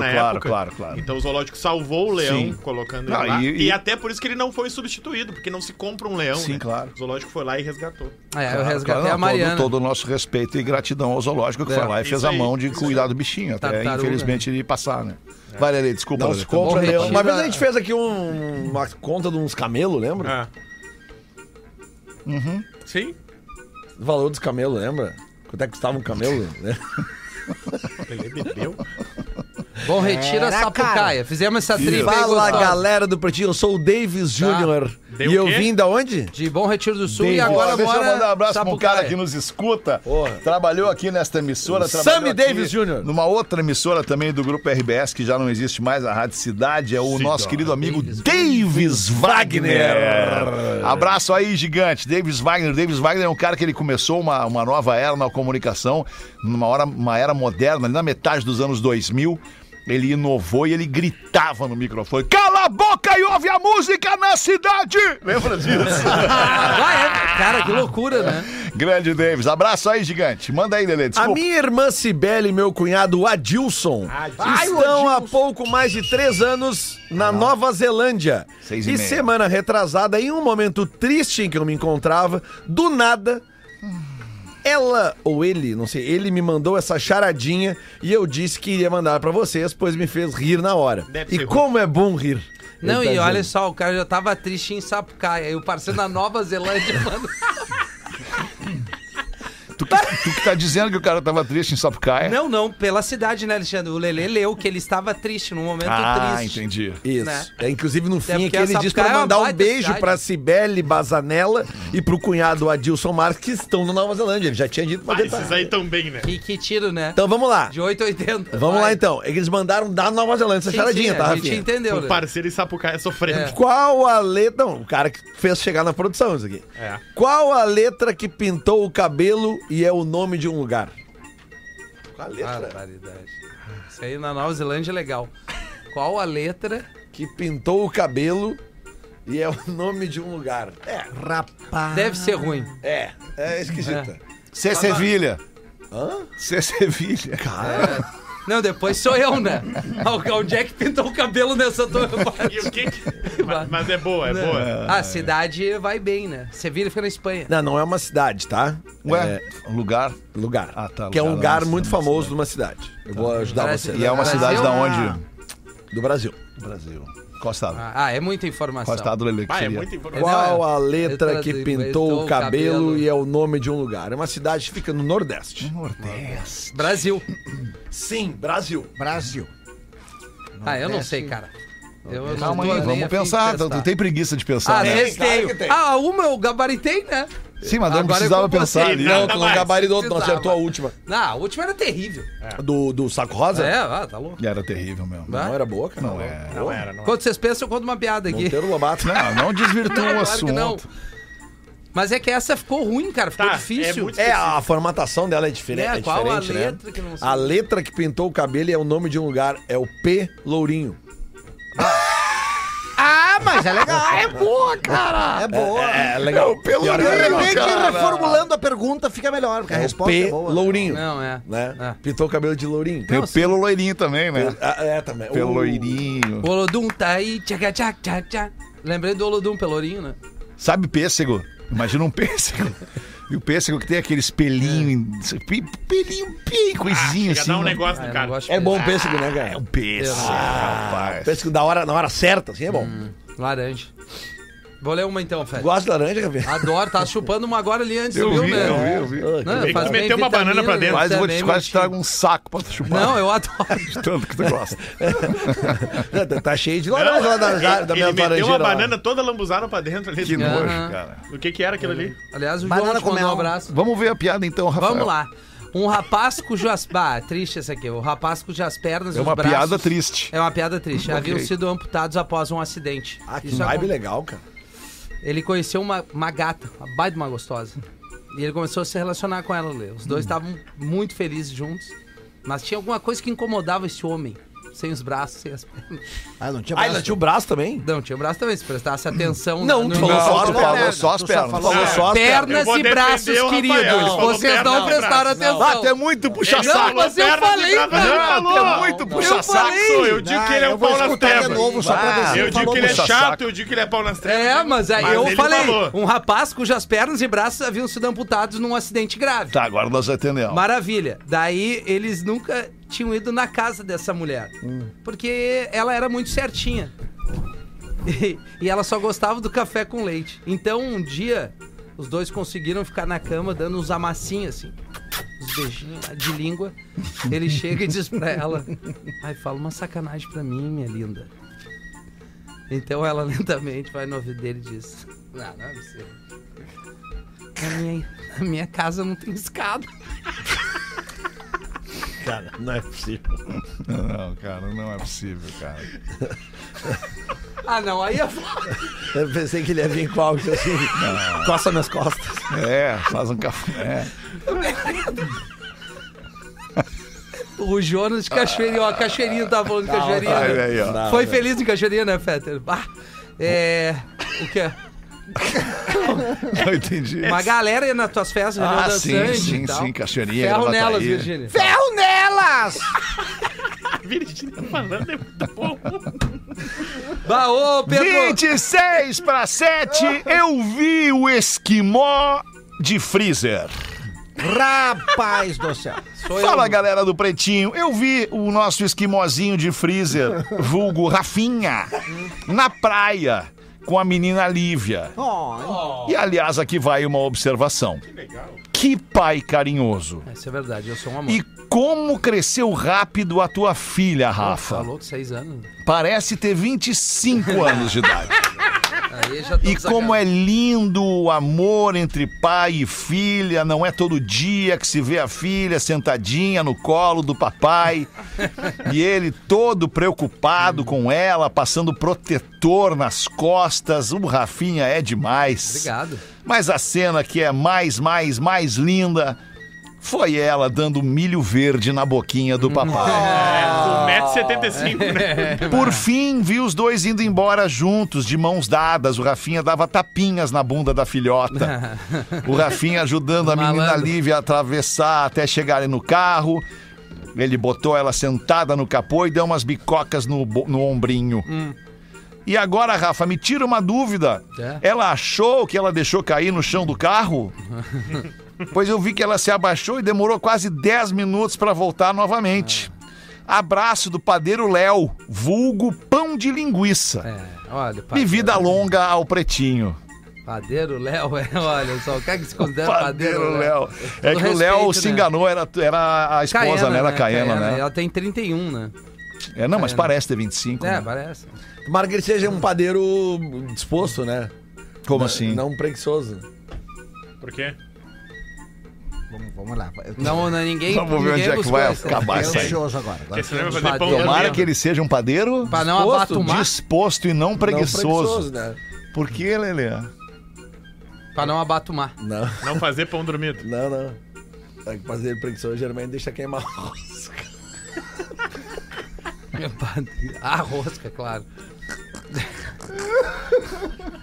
Claro, na claro, época. claro, claro. Então o zoológico salvou o leão, Sim. colocando Não, ele lá. e- E, e- até por isso que ele não foi substituído, porque não se compra um leão, Sim, né? claro. O zoológico foi lá e resgatou. É, eu Claro, resgatei claro, não, a Mariana. Todo, todo o nosso respeito e gratidão ao zoológico que É. foi lá e Isso fez a aí, mão de cuidar do bichinho. Até Tartaruga. É. infelizmente ele passar, né? Vai, Lelê, desculpa. não Lelê, se tá bom? compra, Bom leão. Retiro, Uma vez né? a gente fez aqui um- uma conta de uns camelos, lembra? Ah. Uhum. Sim, O valor dos camelos, lembra? Quanto é que custava um camelo? né? ele bebeu. Bom retiro a Era, Sapucaia. Fizemos essa tripa aí, Fala, gostosa. galera do Pretinho, eu sou o Davis Júnior. Deu E eu o quê? vim da onde? De Bom Retiro do Sul Bem, e agora Ó, Deixa mora eu mandar um abraço pra um Sapucaia. cara que nos escuta. Porra. Trabalhou aqui nesta emissora. O trabalhou Sammy aqui Davis Jr.. Numa outra emissora também do grupo RBS, que já não existe mais, a Rádio Cidade. É o nosso querido amigo Davis, Wagner. Abraço aí, gigante. Davis Wagner. Davis Wagner é um cara que ele começou uma, uma nova era na comunicação, numa hora, uma era moderna, ali na metade dos anos 2000. Ele inovou e ele gritava no microfone: Cala a boca e ouve a música na cidade! Lembra disso? Ah, é? Cara, que loucura, né? Grande Davis. Abraço aí, gigante. Manda aí, Lelê. A Desculpa. Ah, minha irmã Cibele e meu cunhado Adilson estão há pouco mais de três anos na Nova Zelândia. Seis e e meia. semana retrasada, em um momento triste em que eu me encontrava, do nada, ela ou ele, não sei, ele me mandou essa charadinha e eu disse que iria mandar pra vocês, pois me fez rir na hora. Deve E ser como é bom rir. Ele Não, tá e olha dizendo. só, o cara já tava triste em Sapucaia. E o parceiro na Nova Zelândia, mano. Tu que- Tu que tá dizendo que o cara tava triste em Sapucaia. Não, não, pela cidade, né, Alexandre? O Lelê leu que ele estava triste, num momento ah, triste. entendi. Isso. Né? É, inclusive, no fim aqui, porque ele essa diz pra cara é uma mandar um baita beijo cidade. pra Cibele Bazanella e pro cunhado Adilson Marques, que estão na Nova Zelândia. Ele já tinha dito pra Ah, tentar. esses aí também, né? Que, que tiro, né? Então vamos lá. De 880. Vamos vai. lá então. Eles mandaram da Nova Zelândia essa Sim, charadinha, sim, tá, A gente Rafinha? entendeu, O né? parceiro em Sapucaia sofrendo. É. Qual a letra. Não, o cara que fez chegar na produção isso aqui. É. Qual a letra que pintou o cabelo e é o nome de um lugar? Qual a Barbaridade. Isso aí na Nova Zelândia é legal. Qual a letra? Que pintou o cabelo e é o nome de um lugar. É, Rapaz. Deve ser ruim. é. É esquisita. C. é Sevilha. Hã? C. Sevilha. Não, depois sou eu, né? O- Onde é que pintou o cabelo nessa tua E o que que- mas, mas é boa, é boa. A cidade vai bem, né? Sevilha fica na Espanha. Ah, Não, não é uma cidade, tá? Ué, um lugar. É lugar. Ah, tá, que é um lugar lugar, não, muito não, famoso de uma cidade. Eu vou ajudar Parece- você. E é uma Brasil? cidade da Ah. onde? do Brasil. Brasil. Costa. Ah, é muita informação. Costa do Lelê que Ah, é seria. muito importante. Qual Não, é- a letra letra que do- pintou o o cabelo cabelo. e é o nome de um lugar? É uma cidade que fica no Nordeste. Nordeste. Brasil. Sim, Brasil. Brasil. Ah, eu não sei, cara. Eu, eu Calma tô aí, nem vamos a fim de pensar. Tu, testar. tu tem preguiça de pensar, Ah, né? vezes Claro tenho. que tem. Ah, uma eu gabaritei, né? Sim, mas não Agora eu precisava vou pensar você, ali. né? Não, tu não mais. gabaritou, tu não Precisava. acertou a última. Não, Ah, a última era terrível. É. Do, do Saco Rosa? É, ah, tá louco. Era terrível mesmo. Tá? Não era boa, cara. Não é. Não era, não era. Quando vocês pensam, eu conto uma piada aqui. Monteiro Lobato. Não, não desvirtua o Claro que não. assunto. Mas é que essa ficou ruim, cara. Ficou Tá, é difícil. muito- É, a formatação dela é diferente. É, é qual a diferente, né? letra que não sei? A letra que pintou o cabelo e é o nome de um lugar. É o P. Lourinho. Ah, mas é legal. é boa, cara. É boa. É, legal. O P. De repente, reformulando a pergunta, fica melhor, porque a resposta P. é boa. Lourinho. Não, é. né? Ah. É. Pintou o cabelo de lourinho. Tem o Não, pelo loirinho também, né? Ah, é, também. Pelo O- loirinho. Olodum tá aí, tchaca, tchac, tchac, tchac. Lembrei do Olodum Pelourinho, né? Sabe pêssego? Imagina um pêssego. E o pêssego que tem aqueles pelinhos. pe- Pelinho, bem coisinha Chega a assim. dar um né? negócio no Ah, eu cara. não gosto de É bom o pêssego. pêssego, né, É cara? um pêssego, Ah, rapaz. Pêssego da hora, na hora certa, assim é bom. Hum. Laranja. Vou ler uma então, Fred. Gosto de laranja, Gabriel. Adoro, tá chupando uma agora ali antes, Eu viu, vi, né? eu vi, eu vi. Ah, Não, Tem que faz meter bem uma banana pra vitamina, dentro. né? Quase vou te, Também, quase te meu trago um saco pra tu chupar. Não, eu adoro. De tanto que tu gosta. que- tá- tá cheio de Não, laranja lá da, da, da ele minha meteu laranjeira. uma lá. banana toda lambuzada pra dentro ali. Que do- nojo, Aham. cara. O que que era aquilo ali? Aliás, o Banana João te com mandou um mel. abraço. Vamos ver a piada então, Rafael. Vamos lá. Um rapaz cujas... Ah, triste essa aqui. O rapaz cujas pernas É e os uma braços... piada triste. É uma piada triste. Haviam Ok. sido amputados após um acidente. Ah, que é Isso vibe acon- legal, cara. Ele conheceu uma, uma gata, uma baita de uma gostosa. E ele começou a se relacionar com ela, Lê. Os Hum. dois estavam muito felizes juntos. Mas tinha alguma coisa que incomodava esse homem. Sem os braços, sem as pernas. Ah, não tinha Ah, braço. ainda tinha o braço também? Não, tinha o braço também, se prestasse atenção. Não, né, tu no- falou só- tu não, falou não, só as tu só pernas. falou Falou só- só as pernas. Pernas Eu vou e defender braços, o Rafael, ele queridos. falou Vocês perna, não não, prestaram braço, não. atenção. Ah, tu é muito Não, puxa-saco. mas eu pernas e falei, braços. cara. Não, tu é não, muito não. puxa-saco. falei. Sou eu digo que ele é eu um vou pau nas escutar de trevas. novo só pra ver se Ah, ele Eu digo falou que ele é puxa-saco. chato, eu digo que ele é pau nas trevas. É, mas aí eu ele falei, falou. um rapaz cujas pernas e braços haviam sido amputados num acidente grave. Tá, agora nós atendemos. Maravilha. Daí eles nunca tinham ido na casa dessa mulher. Porque ela era muito certinha. E, e ela só gostava do café com leite. Então um dia, os dois conseguiram ficar na cama dando uns amassinhos assim. Os beijinhos lá de língua. Ele chega e diz pra ela: Ai, fala uma sacanagem pra mim, minha linda. Então ela lentamente vai no ouvido dele e diz: Não, não é possível. Na minha, na minha casa não tem escada. Cara, não é possível. Não, cara, não é possível, cara. Ah, não, aí é foda. Eu pensei que ele ia vir com algo assim. Coça minhas costas. É, faz um café. É. O Jonas de Cachoeirinha, ó, Cachoeirinha tava falando de Cachoeirinha. Ai, né? aí, ó. Foi feliz em Cachoeirinha, né, Fetter? Bah, é. O quê? Eu entendi. Uma galera ia nas tuas festas, Ah, Renan sim, Dançante sim, e tal. sim, Cachoeirinha, tá Ferro Gravataí. nelas, Virgínia. Ferro nelas! Virgínia falando é muito bom. Bah, ô, Pedro! 26 para 7, eu vi o esquimó de freezer. Rapaz do céu. Sou Fala, eu. galera do Pretinho. Eu vi o nosso esquimozinho de freezer, vulgo Rafinha, na praia com a menina Lívia. Oh, E aliás, aqui vai uma observação. Que legal. Que pai carinhoso. Isso é verdade, eu sou um amor. E como cresceu rápido a tua filha, Tá Rafa. louco, seis anos. Parece ter 25 anos de idade. Aí já tô E desagradado. como é lindo o amor entre pai e filha, não é todo dia que se vê a filha sentadinha no colo do papai e ele todo preocupado com ela, passando protetor nas costas. O Rafinha é demais. Obrigado. Mas a cena que é mais, mais, mais linda foi ela dando milho verde na boquinha do papai. Com 1,75m, né? Por fim, vi os dois indo embora juntos, de mãos dadas. O Rafinha dava tapinhas na bunda da filhota. O Rafinha ajudando a menina Malandro. Lívia a atravessar até chegarem no carro. Ele botou ela sentada no capô e deu umas bicocas no, bo- no ombrinho. Hum. E agora, Rafa, me tira uma dúvida. É. Ela achou que ela deixou cair no chão do carro? pois eu vi que ela se abaixou e demorou quase 10 minutos para voltar novamente. Abraço do padeiro Léo, vulgo pão de linguiça. É, olha, E vida padeiro- longa ao pretinho. Padeiro Léo, é, olha, só o cara que se considera né? Padeiro Léo. É Todo que o Léo respeito, se né? enganou, era, era a esposa, né? Era a Caena, né? Ela tem 31, né? É, não, mas Caena. parece ter 25. É, né? parece. Tomara que ele seja um padeiro disposto, né? Como assim? Não preguiçoso. Por quê? Vamos, vamos lá. Eu tô Não, não ninguém. Vamos ver ninguém onde é que buscou vai essa. acabar isso aí. ansioso agora. agora. Porque senão vai fazer pão Tomara vermelho. que ele seja um padeiro Pra não disposto, abatumar. disposto e não preguiçoso. Não preguiçoso, né? Por que, Lelê? Pra não abatumar. Não, Não fazer pão dormido. não, não. É que fazer preguiçoso geralmente deixa queimar o arroz. A rosca, claro.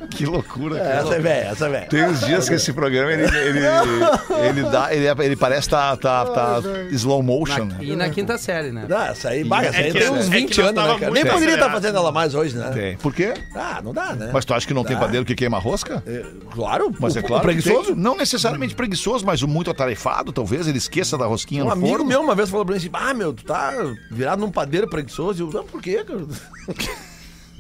Que loucura, cara. Essa é velha, essa é velha. Tem uns dias que esse programa ele, ele, ele, dá, ele, ele parece tá, tá, tá slow motion. Na- né? e na quinta série, né? Não, essa aí, bah, essa É aí que- tem uns é que 20 nós anos, né, tava cara? muito Nem poderia estar acelerado. fazendo ela mais hoje, né? Tem. Por quê? Ah, não dá, né? Mas tu acha que não tem Dá. padeiro que queima rosca? É, Claro, Mas o- é o claro. que preguiçoso. tem. não necessariamente preguiçoso, mas o muito atarefado, talvez ele esqueça da rosquinha Um no amigo forno. meu uma vez falou pra mim assim: Ah, meu, tu tá virado num padeiro preguiçoso. Eu, não, por quê, cara?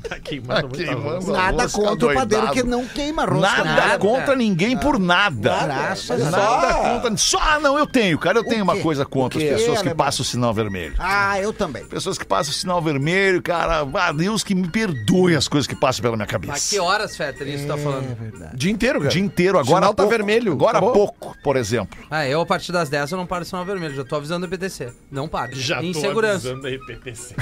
Tá queimando muito Queimando arroz. a Nada rosca, contra o doidado. padeiro que não queima rosca. Nada, Nada. contra ninguém por nada. Graças a Deus. Nada contra. Só, ah, não, eu tenho, cara. Eu tenho uma quê? coisa contra O as quê, É, pessoas que alemão? passam o sinal vermelho. Ah, eu também. Pessoas que passam o sinal vermelho, cara. Ah, Deus que me perdoe as coisas que passam pela minha Mas cabeça. que horas, Fetter, isso tá falando? O dia inteiro, O cara. dia inteiro, agora Sinal há tá pouco, vermelho, Agora há acabou. pouco, por exemplo. Ah, eu a partir das 10 eu não paro de sinal vermelho, já tô avisando o PTC. Não paro. Já em tô segurança. avisando a RPTC.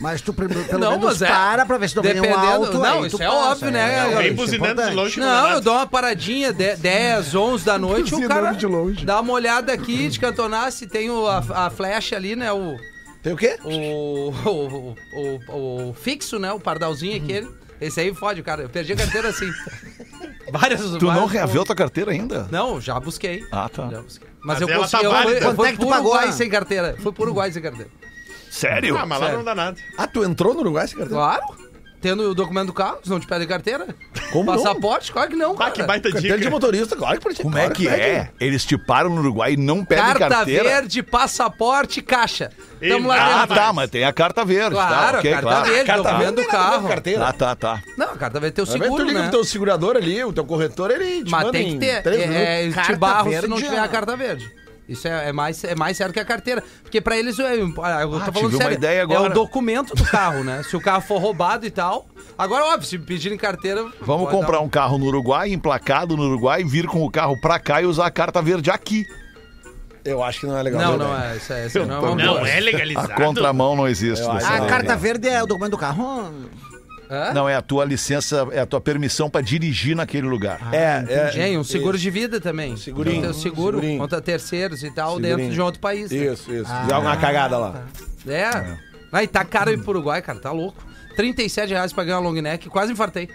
Mas tu prim- pelo Não, menos mas é. para pra ver se não vem um Dependendo- alto. não, aí isso tu é passa, óbvio, né, é, galera? isso é Vem buzinando de importante. longe. Não, eu nada. dou uma paradinha, de- 10, 11 da noite, o cara de longe. dá uma olhada aqui, de cantonar se tem o, a, a flecha ali, né, o, Tem o quê? Hum. o, o, o- o fixo, né, o pardalzinho aquele. Esse aí fode, cara, eu perdi a carteira assim. Várias Tu não várias- reaveu tua carteira ainda? Não, já busquei. Ah, tá. Já busquei. Mas, Mas eu ela consegui. tá eu válida. fui, eu Quanto fui é que pro tu pagou Uruguai lá? sem carteira. Fui pro Uruguai sem carteira. Sério? Ah, mas lá não dá nada. Ah, tu entrou no Uruguai, esse cartão? Claro. Tendo o documento do carro, senão te pedem carteira. Como não? Passaporte? Claro que não, Ah, cara. que baita dica. Carteira de motorista, claro que pode Como é que é? Eles te param no Uruguai e não pedem Carta carteira? verde, passaporte, caixa. Tamo lá Ah, dentro. tá, mas tem a carta verde. Claro, tá, ok, a carta claro. verde, Carta documento do carro. carteira. Ah, tá, tá. Não, a carta verde tem o Às vezes tu seguro, liga né? pro teu segurador ali, o teu corretor, ele te Mas manda tem que em ter. três É, é, minutos. te Carta barro se verde, não tiver ah. a carta verde. Isso é, é mais, é mais sério que a carteira. Porque pra eles, é, eu tô Ah, tive falando uma sério, ideia é agora. o documento do carro, né? Se o carro for roubado e tal. Agora, óbvio, se pedirem carteira... Vamos comprar um carro no Uruguai, emplacado no Uruguai, vir com o carro pra cá e usar a carta verde aqui. Eu acho que não é legal. Não, né, não velho? é. Isso, é, isso não é uma Não, boa. é A legalizado. contramão não existe. Eu acho dessa que A lei. carta verde é o documento do carro? Hã? Não, é a tua licença, é a tua permissão pra dirigir naquele lugar. É, é. Tem um seguro de vida também. Segurinho. Tem o seguro Segurinho. contra terceiros e tal Segurinho. dentro de outro país. né? Isso, isso. Joga uma cagada lá. É. Aí tá caro ir pro Uruguai, cara, tá louco. R$ 37 reais pra ganhar uma long neck, quase infartei.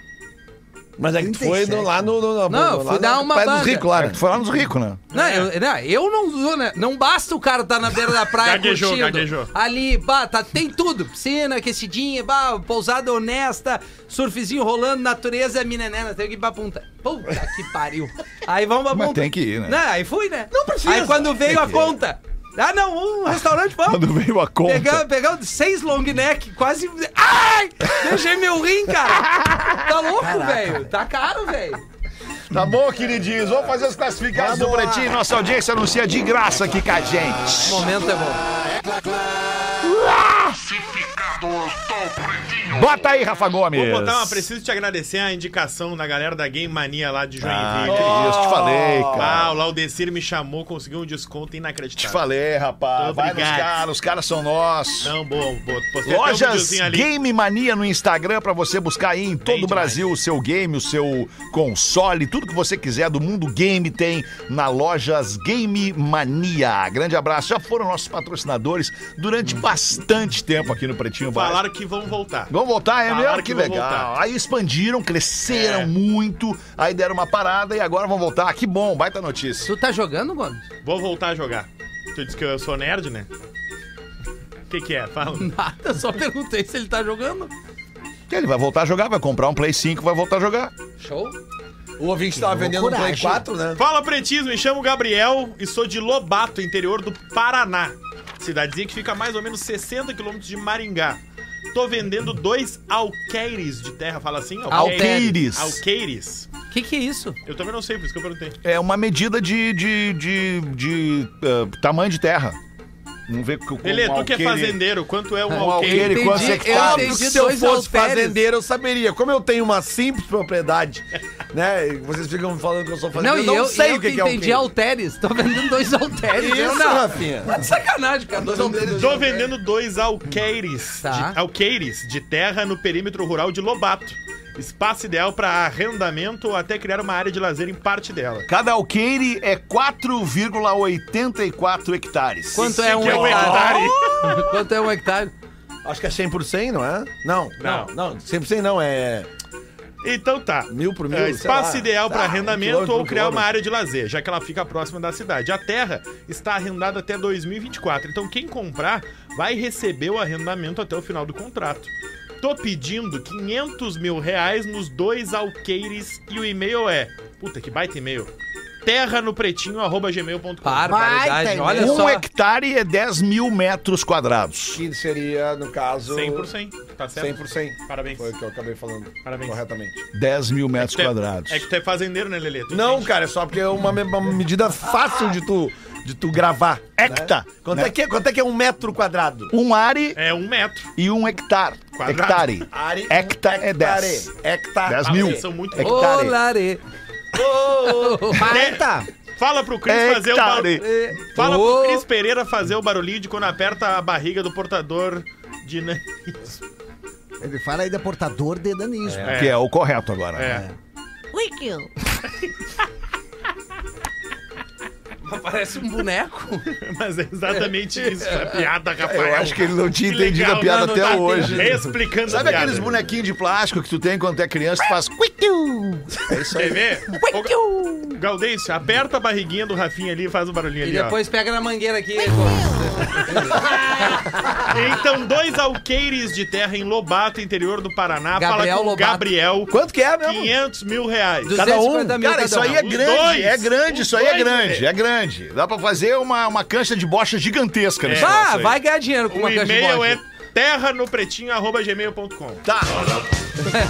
Mas é que tu foi no- lá no. no, no Não, no- fui Tá lá dar no uma Praia dos banda. Ricos, lá. É que né? tu foi lá nos ricos, né? Não, É. eu, não, eu não sou, né? Não basta o cara tá na beira da praia Gaguejou, curtindo. gaguejou. Ali, bah, tá, tem tudo. Piscina, aquecidinha, bah, pousada honesta, surfzinho rolando, natureza, minenena, tem que ir pra punta. Puta que pariu. Aí vamos pra Mas punta. tem que ir, né? Não, aí fui, né? Não precisa. Aí quando veio a conta. Ah, não, um restaurante, vamos. Quando veio a conta. Pegamos, pegamos seis long neck, quase. Ai! Deixei meu rim, cara! Tá louco, velho? Tá caro, velho. Tá bom, queridinhos? Vamos fazer os classificados do Pretinho. Nossa audiência anuncia de graça aqui com a gente. O momento é bom. Bota aí, Rafa Gomes. Vou botar uma, tá, preciso te agradecer a indicação da galera da Game Mania lá de Ah, Joinville. que isso, te falei, cara. Ah, o Laudecir me chamou, conseguiu um desconto Te inacreditável. falei, rapaz. Muito Vai nos obrigado. caras, os caras são nossos. Não, bom, bom, postei até um Lojas videozinho ali. Game Mania no Instagram pra você buscar aí em todo o demais. Brasil o seu game, o seu console, tudo que você quiser do mundo game tem na Lojas Game Mania. Grande abraço. Já foram nossos patrocinadores durante bastante tempo aqui no Pretinho Básico. Falaram que vão voltar. Vão voltar, é Falaram mesmo? Que que vão legal. voltar. Aí expandiram, cresceram É. muito, aí deram uma parada e agora vão voltar. Ah, Que bom, baita notícia. Tu tá jogando, Gomes? Vou voltar a jogar. Tu disse que eu sou nerd, né? O que, que é? Fala. Nada, só perguntei se ele tá jogando. Que Ele vai voltar a jogar, vai comprar um Play 5, vai voltar a jogar. Show. O ouvinte tava vendendo um Play coragem. 4, né? Fala, pretismo, me chamo Gabriel e sou de Lobato, interior do Paraná. Cidadezinha que fica a mais ou menos 60 quilômetros de Maringá. Tô vendendo dois alqueires de terra, fala assim? Alqueires. Alqueires. O que, que é isso? Eu também não sei, por isso que eu perguntei. É uma medida de, de, de, de, ah, tamanho de terra. Vamos ver com Ele, um tu que é alqueire- fazendeiro, quanto é um Um alqueire? alqueire, Entendi, quantos eu hectares? entendi. Se eu dois fosse halteres. fazendeiro, eu saberia. Como eu tenho uma simples propriedade, né? e Vocês ficam falando que eu sou Não, fazendeiro. e eu eu, não sei eu o que, que é o entendi halteres. Tô vendendo dois halteres. Isso, Eu não. Rafinha. Tá de sacanagem, cara. Dois halteres. Tô vendendo dois alqueires, Tá. de, alqueires de terra no perímetro rural de Lobato. Espaço ideal para arrendamento ou até criar uma área de lazer em parte dela. Cada alqueire é 4,84 hectares. Quanto é um que é um hectare? hectare? Quanto é um hectare? Acho que é 100 por 100, não é? Não, não, Não. não. 100 por 100 não, é Então tá. mil por mil. É, sei espaço lá. ideal para Ah, arrendamento quilômetro ou por criar uma quilômetro. área de lazer, já que ela fica próxima da cidade. A terra está arrendada até 2024, então quem comprar vai receber o arrendamento até o final do contrato. Tô pedindo 500 mil reais nos dois alqueires e o e-mail é... Puta, que baita e-mail. terra no pretinho, arroba gmail.com. Barbaridade. Baita Olha Um só. hectare é 10 mil metros quadrados. Que seria, no caso... 100%, tá certo? 100%. Parabéns. Foi o que eu acabei falando Parabéns. corretamente. 10 mil metros Tu é- quadrados. É que tu é fazendeiro, né, Lelê? Tu Não, entende? cara, é só porque é uma, me- uma medida fácil de tu, de tu gravar. Hecta. Quanto, né? é que é, quanto é que é um metro quadrado? Um are É um metro. e um hectare. Quadrado. Hectare. Are- Hecta é 10. Hectare. Hectare. 10 Ah, mil. vocês são muito Hectare. Olare. Baita! Fala pro Cris fazer o barulho. Hectare. Fala Ô. pro Cris Pereira fazer o barulhinho de quando aperta a barriga do portador de nan- Ele fala aí da portador de danismo. Que é o correto agora. É. Parece um boneco. Mas é exatamente isso. É piada, Eu Rafael. acho um que ele não tinha Que entendido legal, a piada não, não até tá hoje. entendendo. Explicando Sabe a piada. aqueles bonequinhos de plástico que tu tem quando tu é criança, tu faz Quer ver? Ô, Ga- Gaudêncio, aperta a barriguinha do Rafinha ali e faz o barulhinho E ali, ó. depois pega na mangueira aqui. Gomes. Então, dois alqueires de terra em Lobato, interior do Paraná. Gabriel Fala com o Lobato. Gabriel. Quanto que é mesmo? 500 mil reais. Cada um? 250 mil Cara, cada isso um. aí é Os grande, dois. é grande, Os isso aí é dois, grande, né? é grande. Dá pra fazer uma, uma cancha de bocha gigantesca nesse É. troço Ah, aí. vai ganhar dinheiro com Um O uma caixa de e-mail bosta. é terranopretinho.gmail.com. Tá,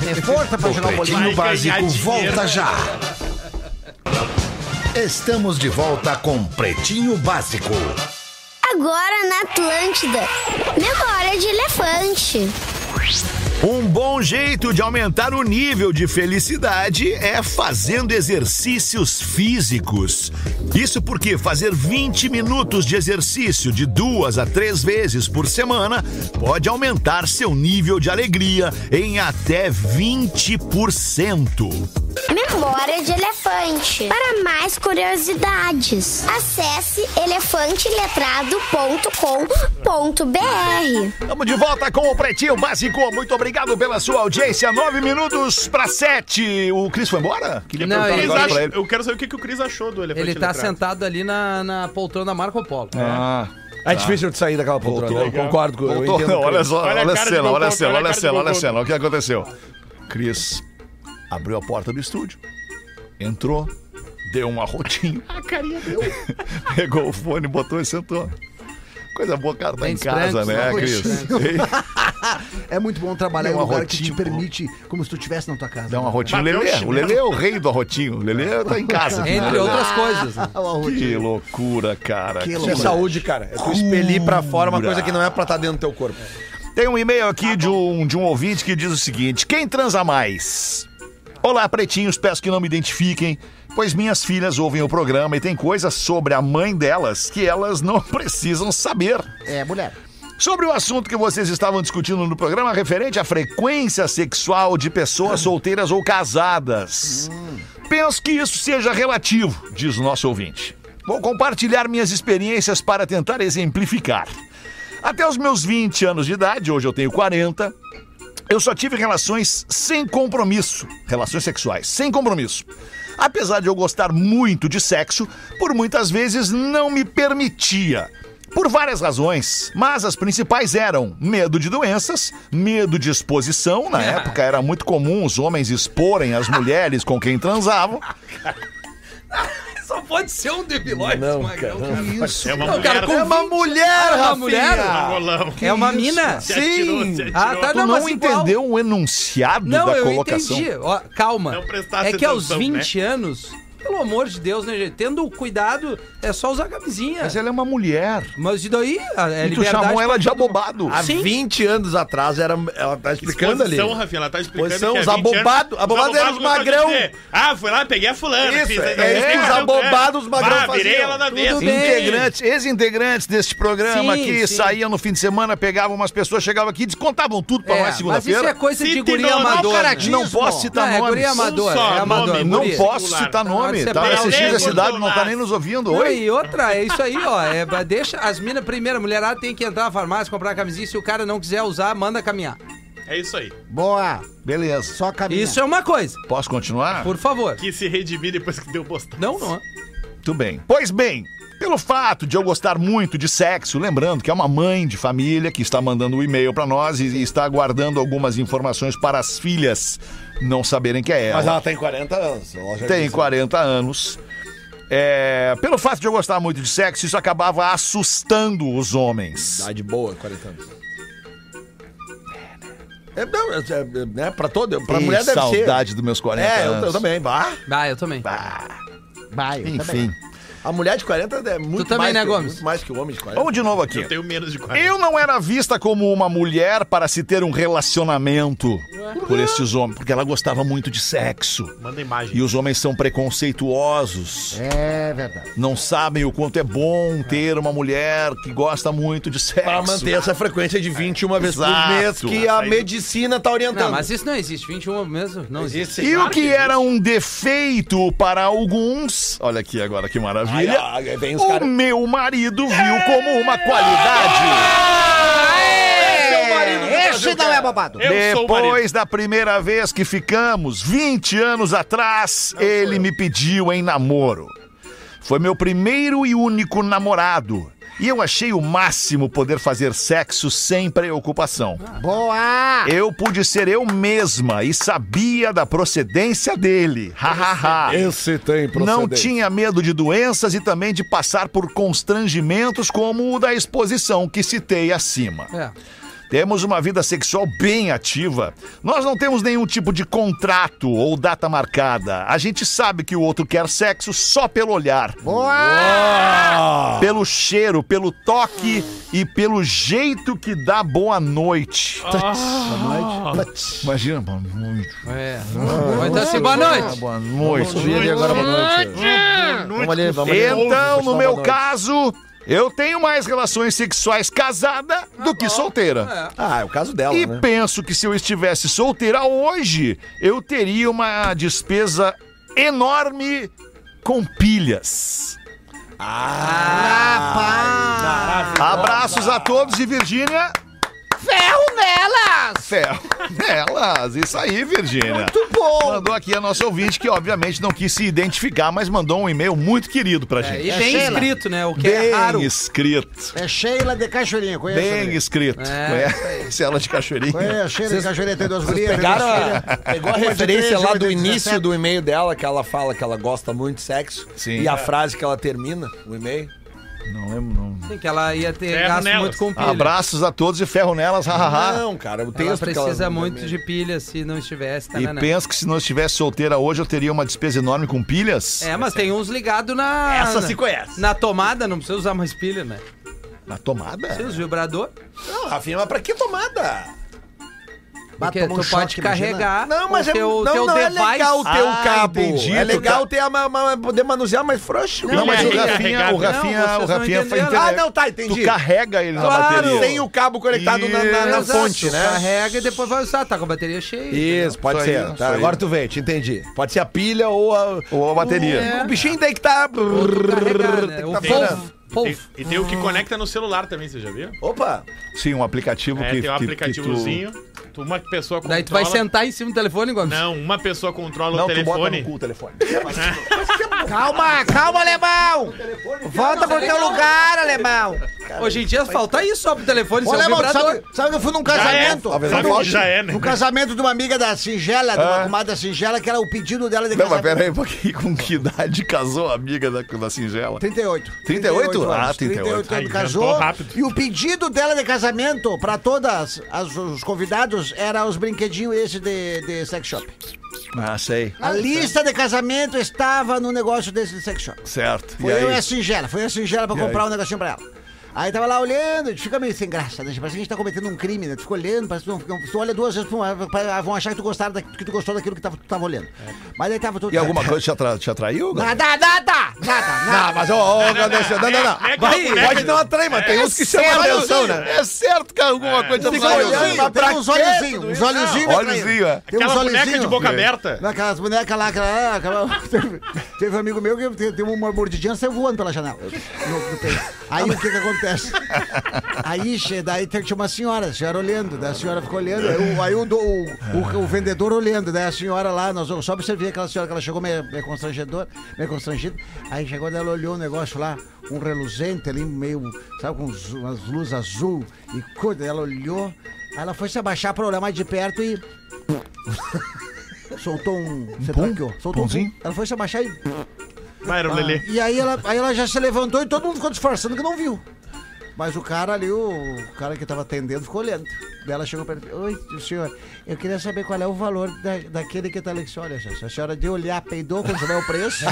É força pra jogar o bolinho. Pretinho Vai ganhar Básico dinheiro. volta já. Estamos de volta com Pretinho Básico. Agora na Atlântida. Memória de elefante. um bom jeito de aumentar o nível de felicidade é fazendo exercícios físicos. Isso porque fazer 20 minutos de exercício de duas a três vezes por semana pode aumentar seu nível de alegria em até 20%. Memória de elefante. Para mais curiosidades, acesse elefanteletrado.com.br. Estamos de volta com o Pretinho Básico. Muito obrigado pela sua audiência. Nove minutos para sete. O Cris foi embora? Queria Não, perguntar ele- agora Cris pra Acho- ele. Eu quero saber o que, que o Cris achou do elefante Ele tá letrado. sentado ali na, na poltrona Marco Polo. Ah, É difícil de sair daquela poltrona. Eu concordo com eu voltou. entendo Não, com olha ele. só, Olha a olha, a cara de cena, olha a Bocão, cena, olha olha a a cara de cena, olha a Bocão. cena. O que aconteceu? Cris abriu a porta do estúdio, entrou, deu um arrotinho. A carinha deu. Pegou o fone, botou e sentou. Coisa boa, cara, tá em Dentes casa, brancos, né, arrotinho. Cris? é muito bom trabalhar Dá em um uma lugar que te rotina, permite, como se tu estivesse na tua casa. Dá um arrotinho. O Bateu Lelê, o o Lelê é o rei do arrotinho. O Lelê tá em casa. aqui, né, Entre Lelê? outras coisas. né? Ah, o Que loucura, cara. Que Que Isso é loucura. saúde, cara. É tu expelir pra fora uma coisa que não é pra estar dentro do teu corpo. Tem um e-mail aqui de um, de um ouvinte que diz o seguinte: Quem transa mais? Olá, pretinhos, peço que não me identifiquem, pois minhas filhas ouvem o programa e tem coisas sobre a mãe delas que elas não precisam saber. É, mulher. Sobre o assunto que vocês estavam discutindo no programa referente à frequência sexual de pessoas solteiras ou casadas. Penso que isso seja relativo, diz o nosso ouvinte. Vou compartilhar minhas experiências para tentar exemplificar. Até os meus 20 anos de idade, hoje eu tenho 40, eu só tive relações sem compromisso. Relações sexuais, sem compromisso. Apesar de eu gostar muito de sexo, por muitas vezes não me permitia. Por várias razões, mas as principais eram medo de doenças, medo de exposição. Ah. Na época era muito comum os homens exporem as mulheres com quem transavam. Só pode ser um debilóide, Não, magrão. cara. É uma Não, cara, mulher. com né? uma mulher, Rafinha. Ah, uma mulher. Angolão. É uma mina. Se atirou, Sim. se atirou. Ah, tá, Tu não, mas igual- entendeu o enunciado Não, da eu colocação? entendi. Ó, calma. Não prestasse É que aos atenção, 20 anos, pelo amor de Deus, né, gente? Tendo cuidado, é só usar camisinha. Mas Mas, ela é uma mulher. e daí? a- É e tu liberdade chamou pra ela de todo mundo. abobado. Há Sim. 20 anos atrás, era, ela tá explicando ali. Posição, Rafinha, ela tá explicando Posição, que os há 20 abobado- anos- abobado os eram os abobado magrão. gostam de dizer, Ah, fui lá, peguei a fulana. Isso, fiz- é não sei isso o que os não sei o que. abobados, os magrão Ah, virei faziam. ela na Tudo dentro. bem. Integrantes, ex-integrantes deste programa Sim, que sim. saíam no fim de semana, pegavam umas pessoas, chegavam aqui e descontavam tudo pra É, nós mas isso é segunda-feira. coisa de Se guria não, não amador. né? caratismo. Não tá posso citar Não, é nomes. guria amador, Um só é amador. nome, Não guria. posso Singular. citar Não, nome. tá? isso é Tava pra- assistindo Lembro a cidade, do não tá lado. nem nos ouvindo. Não, Oi? e outra, é isso aí, ó. É, ba- deixa as minas, primeira mulherada tem que entrar na farmácia, comprar a camisinha. Se o cara não quiser usar, manda caminhar. É isso aí. Boa. Beleza. Só caminha. Isso é uma coisa, Posso continuar? por favor. Que se redimir depois que deu bosta. Não, não. Muito bem. Pois bem, pelo fato de eu gostar muito de sexo, lembrando que é uma mãe de família que está mandando o e-mail para nós e e está aguardando algumas informações para as filhas não saberem que é ela. Mas ela tem 40 anos. ela já tem disse. 40 anos. É, pelo fato de eu gostar muito de sexo, isso acabava assustando os homens. Idade boa, 40 anos. É, não, é, é, é, né, pra todo, pra E mulher deve ser. saudade dos meus 40 É, eu, anos. eu também. Bah, Ah, eu também. um Vai, eu também. Enfim. a mulher de 40 é muito, também, mais, né, que, Gomes? muito mais que o homem de 40. Vamos de novo aqui. Eu tenho menos de 40. Eu não era vista como uma mulher para se ter um relacionamento por estes homens, porque ela gostava muito de sexo. Manda imagem. E os homens são preconceituosos. É verdade. Não sabem o quanto é bom ter uma mulher que gosta muito de sexo. Pra manter essa frequência de 21 vezes por Exato. mês que a medicina tá orientando. Não, mas isso não existe. 21 mesmo, não existe. E o que era um defeito para alguns, olha aqui agora que maravilha, Ai, ai, vem os o caras- meu marido viu como uma qualidade. Esse não é babado. Eu sou o marido. Depois da primeira vez que ficamos, 20 anos atrás, ele me pediu em namoro. Foi meu primeiro e único namorado. E eu achei o máximo poder fazer sexo sem preocupação. Boa. Eu pude ser eu mesma e sabia da procedência dele. Hahaha. Esse tem Não tinha medo de doenças e também de passar por constrangimentos como o da exposição que citei acima. É. Temos uma vida sexual bem ativa. Nós não temos nenhum tipo de contrato ou data marcada. A gente sabe que o outro quer sexo só pelo olhar, pelo cheiro, pelo toque e pelo jeito que dá boa noite. Imagina, boa noite. É. Ou então assim, boa noite. Boa noite. agora, boa noite. Vamos ali, vamos ali. Então, Vamos no dar meu boa noite. caso, eu tenho mais relações sexuais casada do que solteira. Ah, é o caso dela, E né? penso que se eu estivesse solteira hoje, eu teria uma despesa enorme com pilhas. Ah. Abraços a todos e Virgínia. Ferro nelas! Ferro nelas, isso aí, Virgínia. Muito bom! Mandou aqui a nossa ouvinte, que obviamente não quis se identificar, mas mandou um e-mail muito querido pra gente. E bem Sheila. escrito, né? O que É Bem é raro. escrito. É Sheila de Cachoeirinha, conheço. Bem Bem... escrito. É. Conhece ela de cachoeirinha. Conheço, Sheila de Cachoeirinha, tem duas gurias. tem duas Pegaram a, filhas. pegou a Uma de referência 13, lá uma de do início 17. do e-mail dela, que ela fala que ela gosta muito de sexo. Sim. E a frase que ela termina o e-mail. Não lembro, não. Sim, né, que ela ia ter Ferro gasto nelas. muito com pilha. Abraços a todos e ferro nelas, hahaha. Não, cara, o texto Ah. Ela que ela- precisa muito de pilha se não estivesse, tá, E né, né? penso que se não estivesse solteira hoje, eu teria uma despesa enorme com pilhas. É, mas tem uns ligados na. Essa Ah, na, se conhece. Na tomada, não precisa usar mais pilha, né? Na tomada? Tem os vibrador. Não, Rafinha, mas pra que tomada? Porque tomou um tu pode choque, imagina. carregar Não, mas o é, teu, não, teu não é device. legal ter um Ah, cabo. entendi, é tu legal tá- ter a, ma- ma- poder manusear mais frouxo. Não, mas o é Rafinha, carregado. o Rafinha, Não, o vocês não Rafinha foi entenderam. Ah, não, tá, entendi. Tu carrega ele na bateria. Tem o cabo conectado na, na- na Exato, fonte, né? Carrega e depois vai usar, tá com a bateria cheia. Isso, pode Isso aí, ser. isso Tá, aí. agora tu vê, te entendi. Pode ser a pilha ou a. Ou a bateria. O, o bichinho tem que tá. Outro carregar, né? tem que O tá Tem- fora. polvo. E, polvo. e tem o que conecta no celular também, você já viu? Opa! Sim, um aplicativo É, que. tem um que- que tu- aplicativozinho. Tu, uma pessoa controla. Daí tu vai sentar em cima do telefone, Gomes. Não, uma pessoa controla Não, o tu bota telefone. no cu o telefone. Calma, calma, alemão! Volta pro teu lugar, alemão! Hoje em dia falta isso só pro telefone, Ô, seu alemão, tu vibrador. sabe, sabe que eu fui num Já é. casamento? Talvez Sabe não que já é, né? No casamento de uma amiga da Singela, de uma comadre da Singela, que era o pedido dela de Ah. Não, mas casamento. pera aí, um pouquinho. com que idade casou a amiga da, da singela? 38. 38? anos. Ah, 38. Ai, anos inventou casou. rápido. E o pedido dela de casamento pra todas as, os convidados era os brinquedinhos esse de, de sex shop. Ah, sei. A lista de casamento estava no negócio desse de sex shop. Certo. Foi e eu aí? e a singela, foi eu e a singela pra E comprar aí? um negocinho pra ela. Aí tava lá olhando, fica meio sem graça, né? Parece que a gente tá cometendo um crime, né? Tu fica olhando, parece que tu, não- tu olha duas vezes, pra, pra- vão achar que tu, gostaram da, que tu gostou daquilo que tava, tu tava olhando. Mas aí tava É. tudo... E alguma coisa te, atra... te atraiu? Gabriel? Nada, nada, nada, Ah, nada. né? mas ô, ô, ô, Galdêncio, não, não, É- é não. que Vai, o boneco- pode não atrair, mas tem uns que chamam é Certo, atenção, né? É certo que alguma coisa te Fica atraiu. olhando, mas Mas tem uns assim. olhozinhos, uns olhozinhos. me atraíram. Olhozinho, é. Tem uns Aquela boneca olhozinhos. de boca aberta. Não, aquelas bonecas lá, aquela, ah, aquela- teve, teve um amigo meu que te- deu uma mordidinha e saiu voando pela janela. No- no peito. Aí o que que acontece? Aí, che- daí tem- tinha uma senhora, a senhora olhando, daí a senhora ficou olhando, aí, o, aí o, do- o, o- o vendedor olhando, daí a senhora lá, nós só observei aquela senhora que ela chegou meio, meio constrangedora, meio constrangida, aí chegou, daí ela olhou o negócio lá, um reluzente ali, meio, sabe, com uns- umas luzes azul e cor, daí ela olhou, aí ela foi se abaixar pra olhar mais de perto e soltou um. Você pum? tranqueou. Soltou um Pumzinho? pum. Ela foi se abaixar e. Vai, era o Lelê. E aí ela, aí ela já se levantou e todo mundo ficou disfarçando que não viu. Mas o cara ali, o, o cara que tava atendendo, ficou olhando. Daí ela chegou pra ele Oi, senhor, eu queria saber qual é o valor da, daquele que tá ali. Olha, se a senhora de olhar, peidou, quando souber o preço.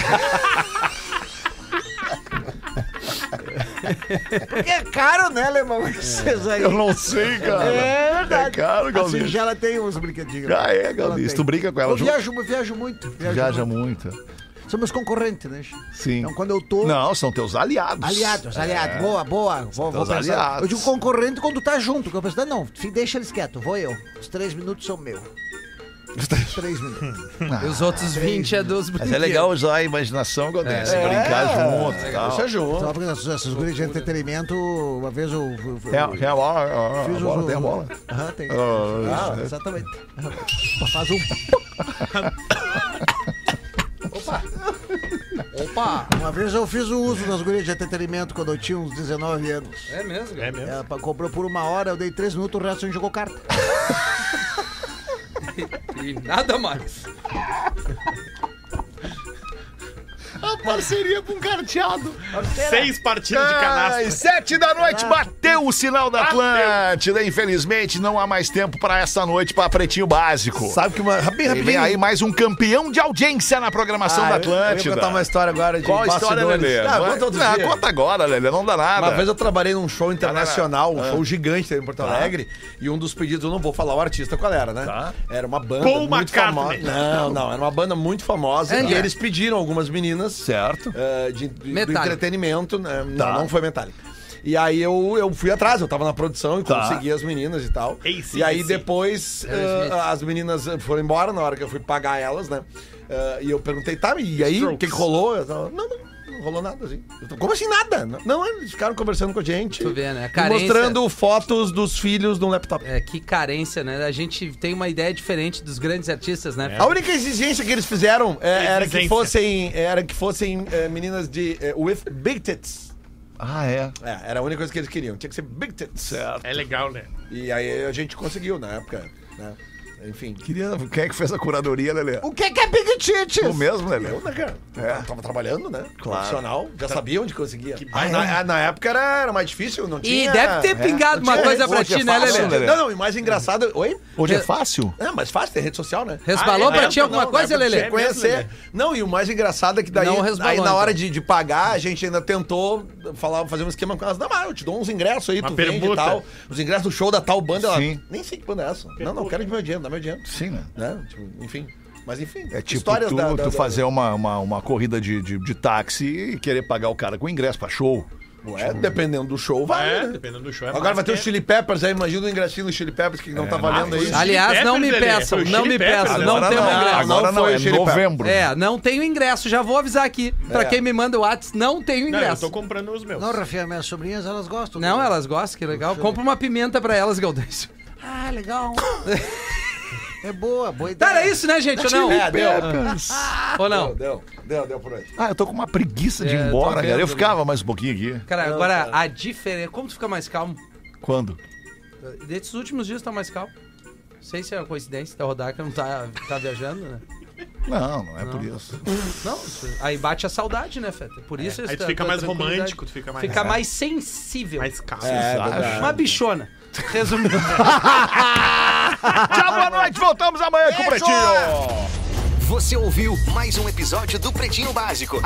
Porque é caro, né, alemão? Vocês aí. Eu não sei, cara. É verdade. É caro, a Galdêncio. singela assim tem uns brinquedinhos. né? Ah, é, Ela Galdêncio. tem. Tu brinca com ela Eu junto? viajo, eu viajo muito. Viajo Viaja muito. São meus concorrentes, né? Chico? Sim. Então, quando eu tô. Não, são teus aliados. Aliados, aliados. Boa, boa. Vou, vou É. teus pensar. aliados. Eu digo concorrente quando tá junto. Que eu penso, não, não, fi- deixa eles quietos, vou eu. Os três minutos são meus. Os três minutos. E os outros Ah, 20 é dos Mas é legal usar a imaginação, É, Galdêncio. Brincar junto e tal. Deixa junto. Só porque essas, essas gurias de entretenimento, uma vez eu. eu- eu- Tem É, a bola, a- a fiz os- bola, um tem a os- bola. Aham, tem. Ah, Ah, exatamente. Faz um. Opa! Uma vez eu fiz o uso das gurias de entretenimento quando eu tinha uns 19 anos. É mesmo? É mesmo. Ela pa- comprou por uma hora, eu dei três minutos, o resto a gente jogou carta. E nada mais. Parceria um com carteado. Seis partidas de Às canastra. sete da noite bateu o sinal da Atlântida. Infelizmente, não há mais tempo para essa noite para Pretinho Básico. Sabe que uma. Bem E vem rapidinho. aí mais um campeão de audiência na programação Ah, eu- da Eu Atlântida. ia contar uma história agora de Qual a história, bastidores. Lelê? Ah, Vai- conta outro Ah, dia. conta agora, Lelê, não dá nada. Uma vez eu trabalhei num show internacional, um Ah. show gigante em Porto Alegre, e um dos pedidos, eu não vou falar o artista qual era, né? Tá. Era uma banda Paul muito famosa. McCartney. Não, não, era uma banda muito famosa. É, e né? eles pediram algumas meninas Certo. eh, de, de- do Metallica. entretenimento, né? Tá. Não, não foi Metallica. E aí eu, eu fui atrás, eu tava na produção e Tá. consegui as meninas e tal. AC/DC. e aí depois eh, Smith. as meninas foram embora na hora que eu fui pagar elas, né? Eh, e eu perguntei, tá, e aí, o que, que Strokes. rolou? Eu tava, não, não, não rolou nada, assim. Eu tô, Como assim nada? Não, Não, eles ficaram conversando com a gente. Tu vê, né? A e carência. Mostrando fotos dos filhos no laptop. É, que carência, né? A gente tem uma ideia diferente dos grandes artistas, né? É. A única exigência que eles fizeram eh, era que Exigência. fossem, era que fossem eh, meninas de eh, with big tits. Ah, é. É, era a única coisa que eles queriam. Tinha que ser Big Tits. É legal, né? E aí a gente conseguiu na época, né? Enfim. Queria, quem é que fez a curadoria, Lelê? O que, que é Bigtites? Tu mesmo, Lelê? Eu, né, cara? É. Tava trabalhando, é? né? Profissional. Já sabia onde conseguia. Ah, na, na época era, era mais difícil, não E tinha... deve É. ter pingado uma coisa pra Hoje é ti, né, fácil, Lelê? Lelê? Ah, Não, não, e mais engraçado. Oi? Hoje é Eu- fácil? É, mas fácil, tem rede social, né? Resbalou Ah, é? pra ti Não, alguma não, coisa, deve Lelê? ser. conhecer. Não, e o mais engraçado é que daí, Não resbalou, aí na então. hora de, de pagar, a gente ainda tentou falar, fazer um esquema com elas. Não, mas eu te dou uns ingressos aí, Uma tu vende permuta. e tal. Os ingressos do show da tal banda, ela, Sim. nem sei que banda é essa. Não, não, quero de meu dinheiro, dá meu dinheiro. Sim, né? Né? Tipo, enfim. Mas enfim, É tipo tu, tu fazer Uma, uma, uma corrida de, de, de táxi e querer pagar o cara com ingresso pra show. Ué, é tipo um- dependendo do show, vai. É, né? dependendo do show. É Agora vai mais ter o que- Chili Peppers aí, imagina o ingressinho do Chili Peppers que não É, tá valendo ah, aí. foi- Aliás, não me Chili Peppers, peçam, Lelê. não Foi me o Chili peçam, Peppers, não Agora tem um não, ingresso. Agora não, foi é Chili Peppers. novembro. É, não tenho ingresso, já vou avisar aqui. Pra quem me manda o WhatsApp, não tenho É. Não, eu ingresso. tô comprando os meus. Não, Rafinha, minhas sobrinhas, elas gostam. Não, elas gostam, que legal. Compra uma pimenta pra elas, Galdêncio. Ah, legal. é boa, boa ideia. Tá, era isso, né, gente? Ou não? É, deu. Ou não? Deu, deu, deu por hoje. Ah, eu tô com uma preguiça de É, ir eu embora, tô cara. vendo, Eu né? ficava mais um pouquinho aqui. Cara, Não, agora cara. a diferença. Como tu fica mais calmo? Quando? Desses últimos dias tu tá mais calmo. Não sei se é uma coincidência da Rodaica não tá, tá viajando, né? Não, não é por isso. Não, isso- aí bate a saudade, né, Feta? Por isso É, Aí essa tu fica tua mais tranquilidade. romântico, tu fica mais. é. Fica mais sensível. mais calmo. É. Uma bichona. Resumindo. Tchau, boa noite. Voltamos amanhã com o Pretinho. Você ouviu mais um episódio do Pretinho Básico.